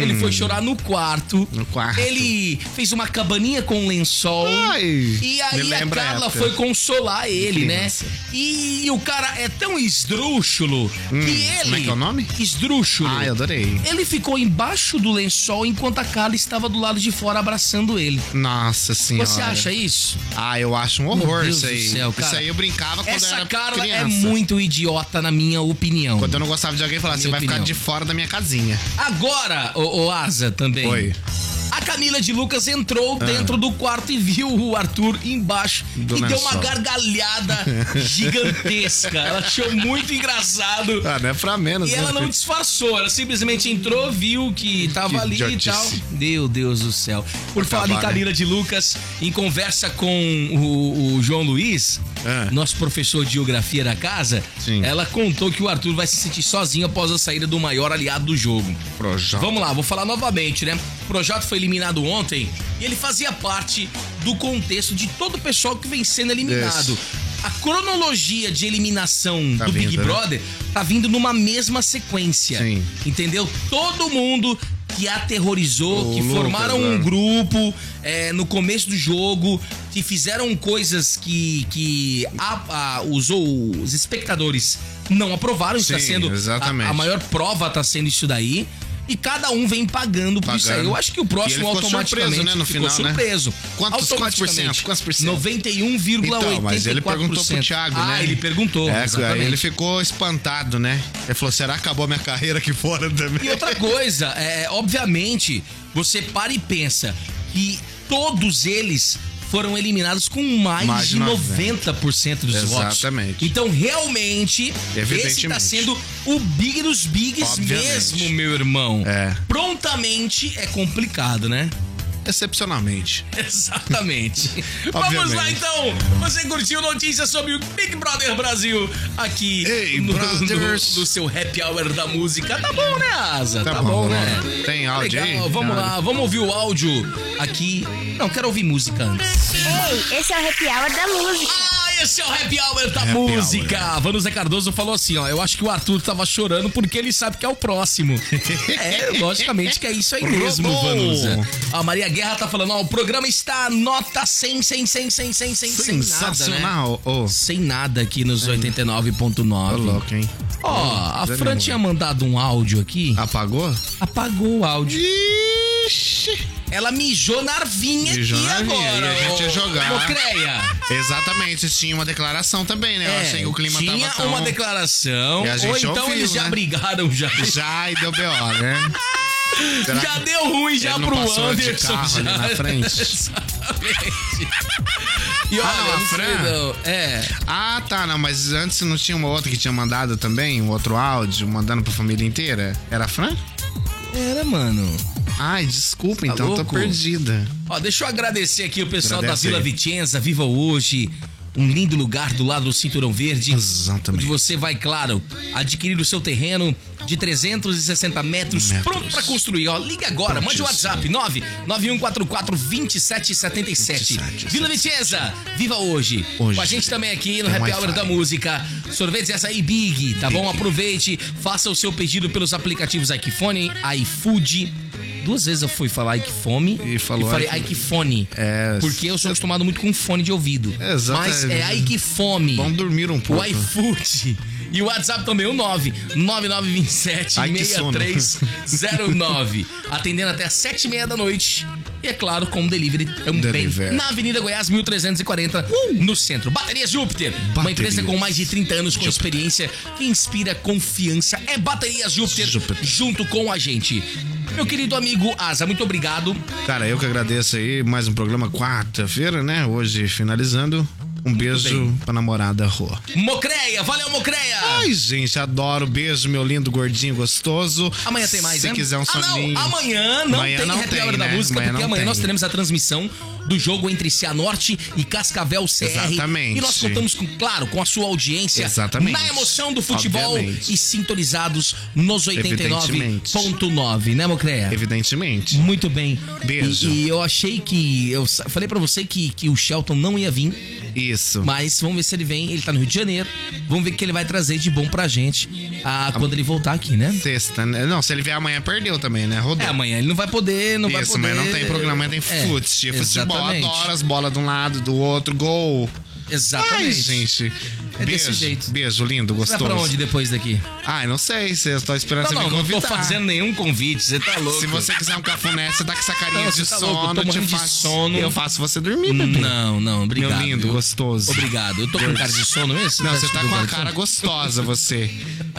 Ele foi chorar no quarto.
Hum. No quarto.
Ele fez uma cabaninha com um lençol.
Ai,
e
me
aí a
lembra a
Carla
época.
foi consolar ele,
Criança.
né? E o cara é tão esdrúxulo que ele.
como é que é o nome?
Esdrúxulo.
Ai, adorei.
Ele ficou embaixo do lençol enquanto a Carla estava do lado de fora abraçando ele.
Nossa senhora.
Você acha isso?
Ah, eu acho um horror
Meu Deus
isso aí.
do céu, cara.
Isso aí eu brincava quando eu
Essa
era
Carla
criança.
é muito idiota, na minha opinião.
Quando eu não gostava de alguém, eu falava,
Minha
você vai ficar de
opinião.
fora da minha casinha.
Agora, o, Asa também.
Oi. Ah.
A Camila de Lucas entrou dentro do quarto e viu o Arthur embaixo
Do
e deu uma
lençol.
gargalhada gigantesca. Ela achou muito engraçado.
Ah, não é pra menos,
E
né?
ela não disfarçou, ela simplesmente entrou, viu que tava
Que
ali
idiotice.
e tal. Meu Deus do céu. Por
Acabar,
falar em
né?
Camila de Lucas, em conversa com o, o João Luiz,
Ah.
nosso professor de geografia da casa,
Sim.
ela contou que o Arthur vai se sentir sozinho após a saída do maior aliado do jogo.
Projota.
Vamos lá, vou falar novamente, né? O projeto foi eliminado ontem e ele fazia parte do contexto de todo o pessoal que vem sendo eliminado.
Isso.
A cronologia de eliminação
Tá
do Big
vindo, né?
Brother tá vindo numa mesma sequência.
Sim.
Entendeu? Todo mundo que aterrorizou,
O
que
Lucas,
formaram um
né?
grupo é, no começo do jogo, que fizeram coisas que, que a- a- os, os espectadores não aprovaram. Isso tá
Sim,
sendo a-
exatamente.
a maior prova tá sendo isso daí. E cada um vem pagando por isso aí.
Pagando.
Eu acho que o
E ele
próximo
ficou
automaticamente
surpreso, né, no
ficou
final, né?
surpreso.
Quantos- quantos
Automaticamente.
por cento? Quantos por cento?
91,84%.
Então, mas ele perguntou pro Thiago, né?
Ah, ele perguntou.
É,
exatamente.
aí ele ficou espantado, né? Ele falou, será que acabou minha carreira aqui fora também?
E outra coisa, é, obviamente, você para e pensa que todos eles foram eliminados com mais,
Mais
de
de
90%
90%
dos votos.
Exatamente.
Então, realmente, esse está
Evidentemente.
sendo o Big dos Bigs
Obviamente.
mesmo, meu irmão.
É.
Prontamente é complicado, né?
Excepcionalmente.
Exatamente. Vamos
Obviamente.
lá então. Você curtiu notícias sobre o Big Brother Brasil aqui
Ei,
no,
brothers.
no- no seu happy hour da música. Tá bom, né, Asa? Tá,
Tá
bom,
bom,
né?
vamos lá. Tem áudio
Legal,
aí?
Vamos
Tem
lá, vamos ouvir o áudio aqui. Não, quero ouvir música antes.
Ei, esse é o happy hour da música.
Ah, esse é o Happy Hour da
Happy
música. Vanusa Cardoso falou assim, ó. Eu acho que o Arthur tava chorando porque ele sabe que é o próximo. é, logicamente que é isso aí mesmo,
Roubou.
Vanusa. A Maria Guerra tá falando, ó, o programa está nota 100, 100, 100, 100, 100, 100, sem nada, né?
Sensacional. Ô,
Sem nada aqui nos
ô,
89.9.
louco, hein?
Ó, a
Desanimou.
Fran tinha mandado um áudio aqui.
Apagou?
Apagou o áudio.
Ixi.
Ela mijou na arvinha
Mijou
aqui
na arvinha,
agora.
e a gente ia
ô-
jogar.
Mocreia.
Exatamente, tinha uma declaração também, né? Eu
É,
achei que o clima
tinha
tava tão...
uma declaração,
E a gente
ou então
ouviu,
eles já
né?
brigaram já.
Já, e deu B.O., né? Será
já
que
deu ruim já
ele não
pro
passou de
Anderson.
carro ali
já.
na frente?
Exatamente. E
ah,
olha,
não, a
não sei
Fran?
não, É.
Ah, tá, não, mas antes não tinha uma outra que tinha mandado também? Um outro áudio, mandando pra família inteira? Era a Fran?
Era, mano.
Ai, desculpa, então
Tá louco?
tô perdida.
Ó, deixa eu agradecer aqui o pessoal
Agradece
da Vila
aí.
Vicenza, Viva Hoje. Um lindo lugar do lado do Cinturão Verde.
Exatamente.
Onde você vai, claro, adquirir o seu terreno de 360 metros,
Metros.
pronto pra construir. Ó, liga agora, mande o WhatsApp 991442777. Vila Vicenza, viva hoje.
Hoje. É
Com a gente também aqui no
Tem
Happy
Wi-Fi.
Hour da Música. Sorvetes açaí Big, tá bom? Aproveite, faça o seu pedido pelos aplicativos iPhone, iFood. Duas vezes eu fui falar iPhone
E falou
eu falei, ai
iPhone.
que fone.
É.
Porque eu sou acostumado muito com fone de ouvido.
Exato.
Mas é ai que fome.
Vamos dormir um pouco.
O iFood. E o WhatsApp também, o 99927
Ai, que sono.
6309. Atendendo até 7 e meia da noite. E é claro, com delivery também.
Delivery. Uh!
Na Avenida Goiás, 1340, no centro. Bateria Júpiter. Uma
Baterias.
empresa com mais de 30 anos com experiência que inspira confiança. É Bateria Júpiter,
Júpiter.
junto com a gente. Meu querido amigo Asa, muito obrigado.
Cara, eu que agradeço aí. Mais um programa quarta-feira, né? Hoje finalizando. Um beijo pra namorada Rô.
Mocreia, valeu Mocreia!
Ai, gente, adoro. Beijo, meu lindo, gordinho, gostoso.
Amanhã tem mais,
Se
né?
quiser um
ah,
soninho.
não, amanhã não
Amanhã
tem
não
Happy
tem,
Hour da
né?
Música,
Amanhã
porque
não
amanhã
tem.
nós teremos a transmissão do jogo entre Cianorte e Cascavel CR.
Exatamente.
E nós contamos, com, claro, com a sua audiência
Exatamente.
na emoção do futebol
Obviamente.
e sintonizados nos
Evidentemente.
89.9, né, Mocreia?
Evidentemente.
Muito bem.
Beijo.
E, e eu achei que. Eu sa- falei pra você que, que o Shelton não ia vir.
Isso.
Mas vamos ver se ele vem. Ele tá no Rio de Janeiro. Vamos ver o que ele vai trazer de bom pra gente ah, quando ele voltar aqui, né?
Sexta, né? Não, se ele vier amanhã, perdeu também, né? Rodou.
É, amanhã ele não vai poder, não vai
Isso,
poder.
mas não tem programa, mas tem
É,
fute, futebol.
exatamente.
Adoro as bolas de um lado, do outro, gol.
Exatamente.
Ai, gente.
É
beijo,
desse jeito.
Beijo, lindo,
Você
gostoso.
vai pra onde depois daqui?
Ai, não sei, eu tô esperando
Não,
você
Tá não,
me
não tô
convidar.
fazendo nenhum convite, você tá louco.
Se você quiser um cafuné, você tá com essa carinha
Não, você
de
tá
sono,
louco, eu tô
te
morrendo de
faço-
sono.
Eu faço você dormir, bebê.
Não, não, obrigado.
Meu lindo,
viu?
gostoso.
Obrigado. Eu tô com um cara de sono mesmo?
Não, você tá com a
de
cara
sono?
gostosa, você.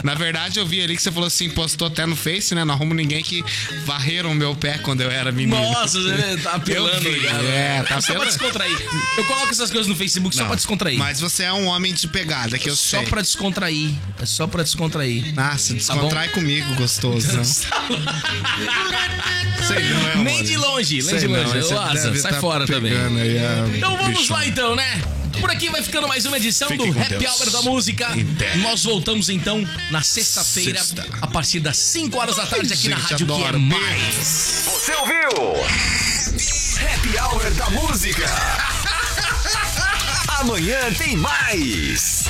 Na verdade, eu vi ali que você falou assim, postou até no Face, né? Não arrumo ninguém que varreram meu pé quando eu era menino.
Nossa, você tá apelando,
Eu vi,
cara.
é, tá
Só pra
apelando.
descontrair. Eu coloco essas coisas no Facebook só
Não,
pra descontrair.
Mas você é um homem de pegada, que eu
só
sei.
pra descontrair. É só pra descontrair.
Ah, se
Tá
descontrai comigo, gostoso. Sei não, é,
Nem
amor?
de longe, nem
Sei
de
não,
longe.
você
Ô, Asa,
deve
sai
tá
fora também.
pegando aí a
Então vamos
bichona.
lá então, né? Por aqui vai ficando mais uma edição
Fiquem
do
com
Happy
Deus.
Hour da Música.
Em pé.
Nós voltamos então na sexta-feira,
Sexta.
a partir das 5 horas da tarde aqui na
gente,
Rádio Que é
adoro.
Mais.
Você ouviu? Happy Hour da Música. Amanhã tem mais.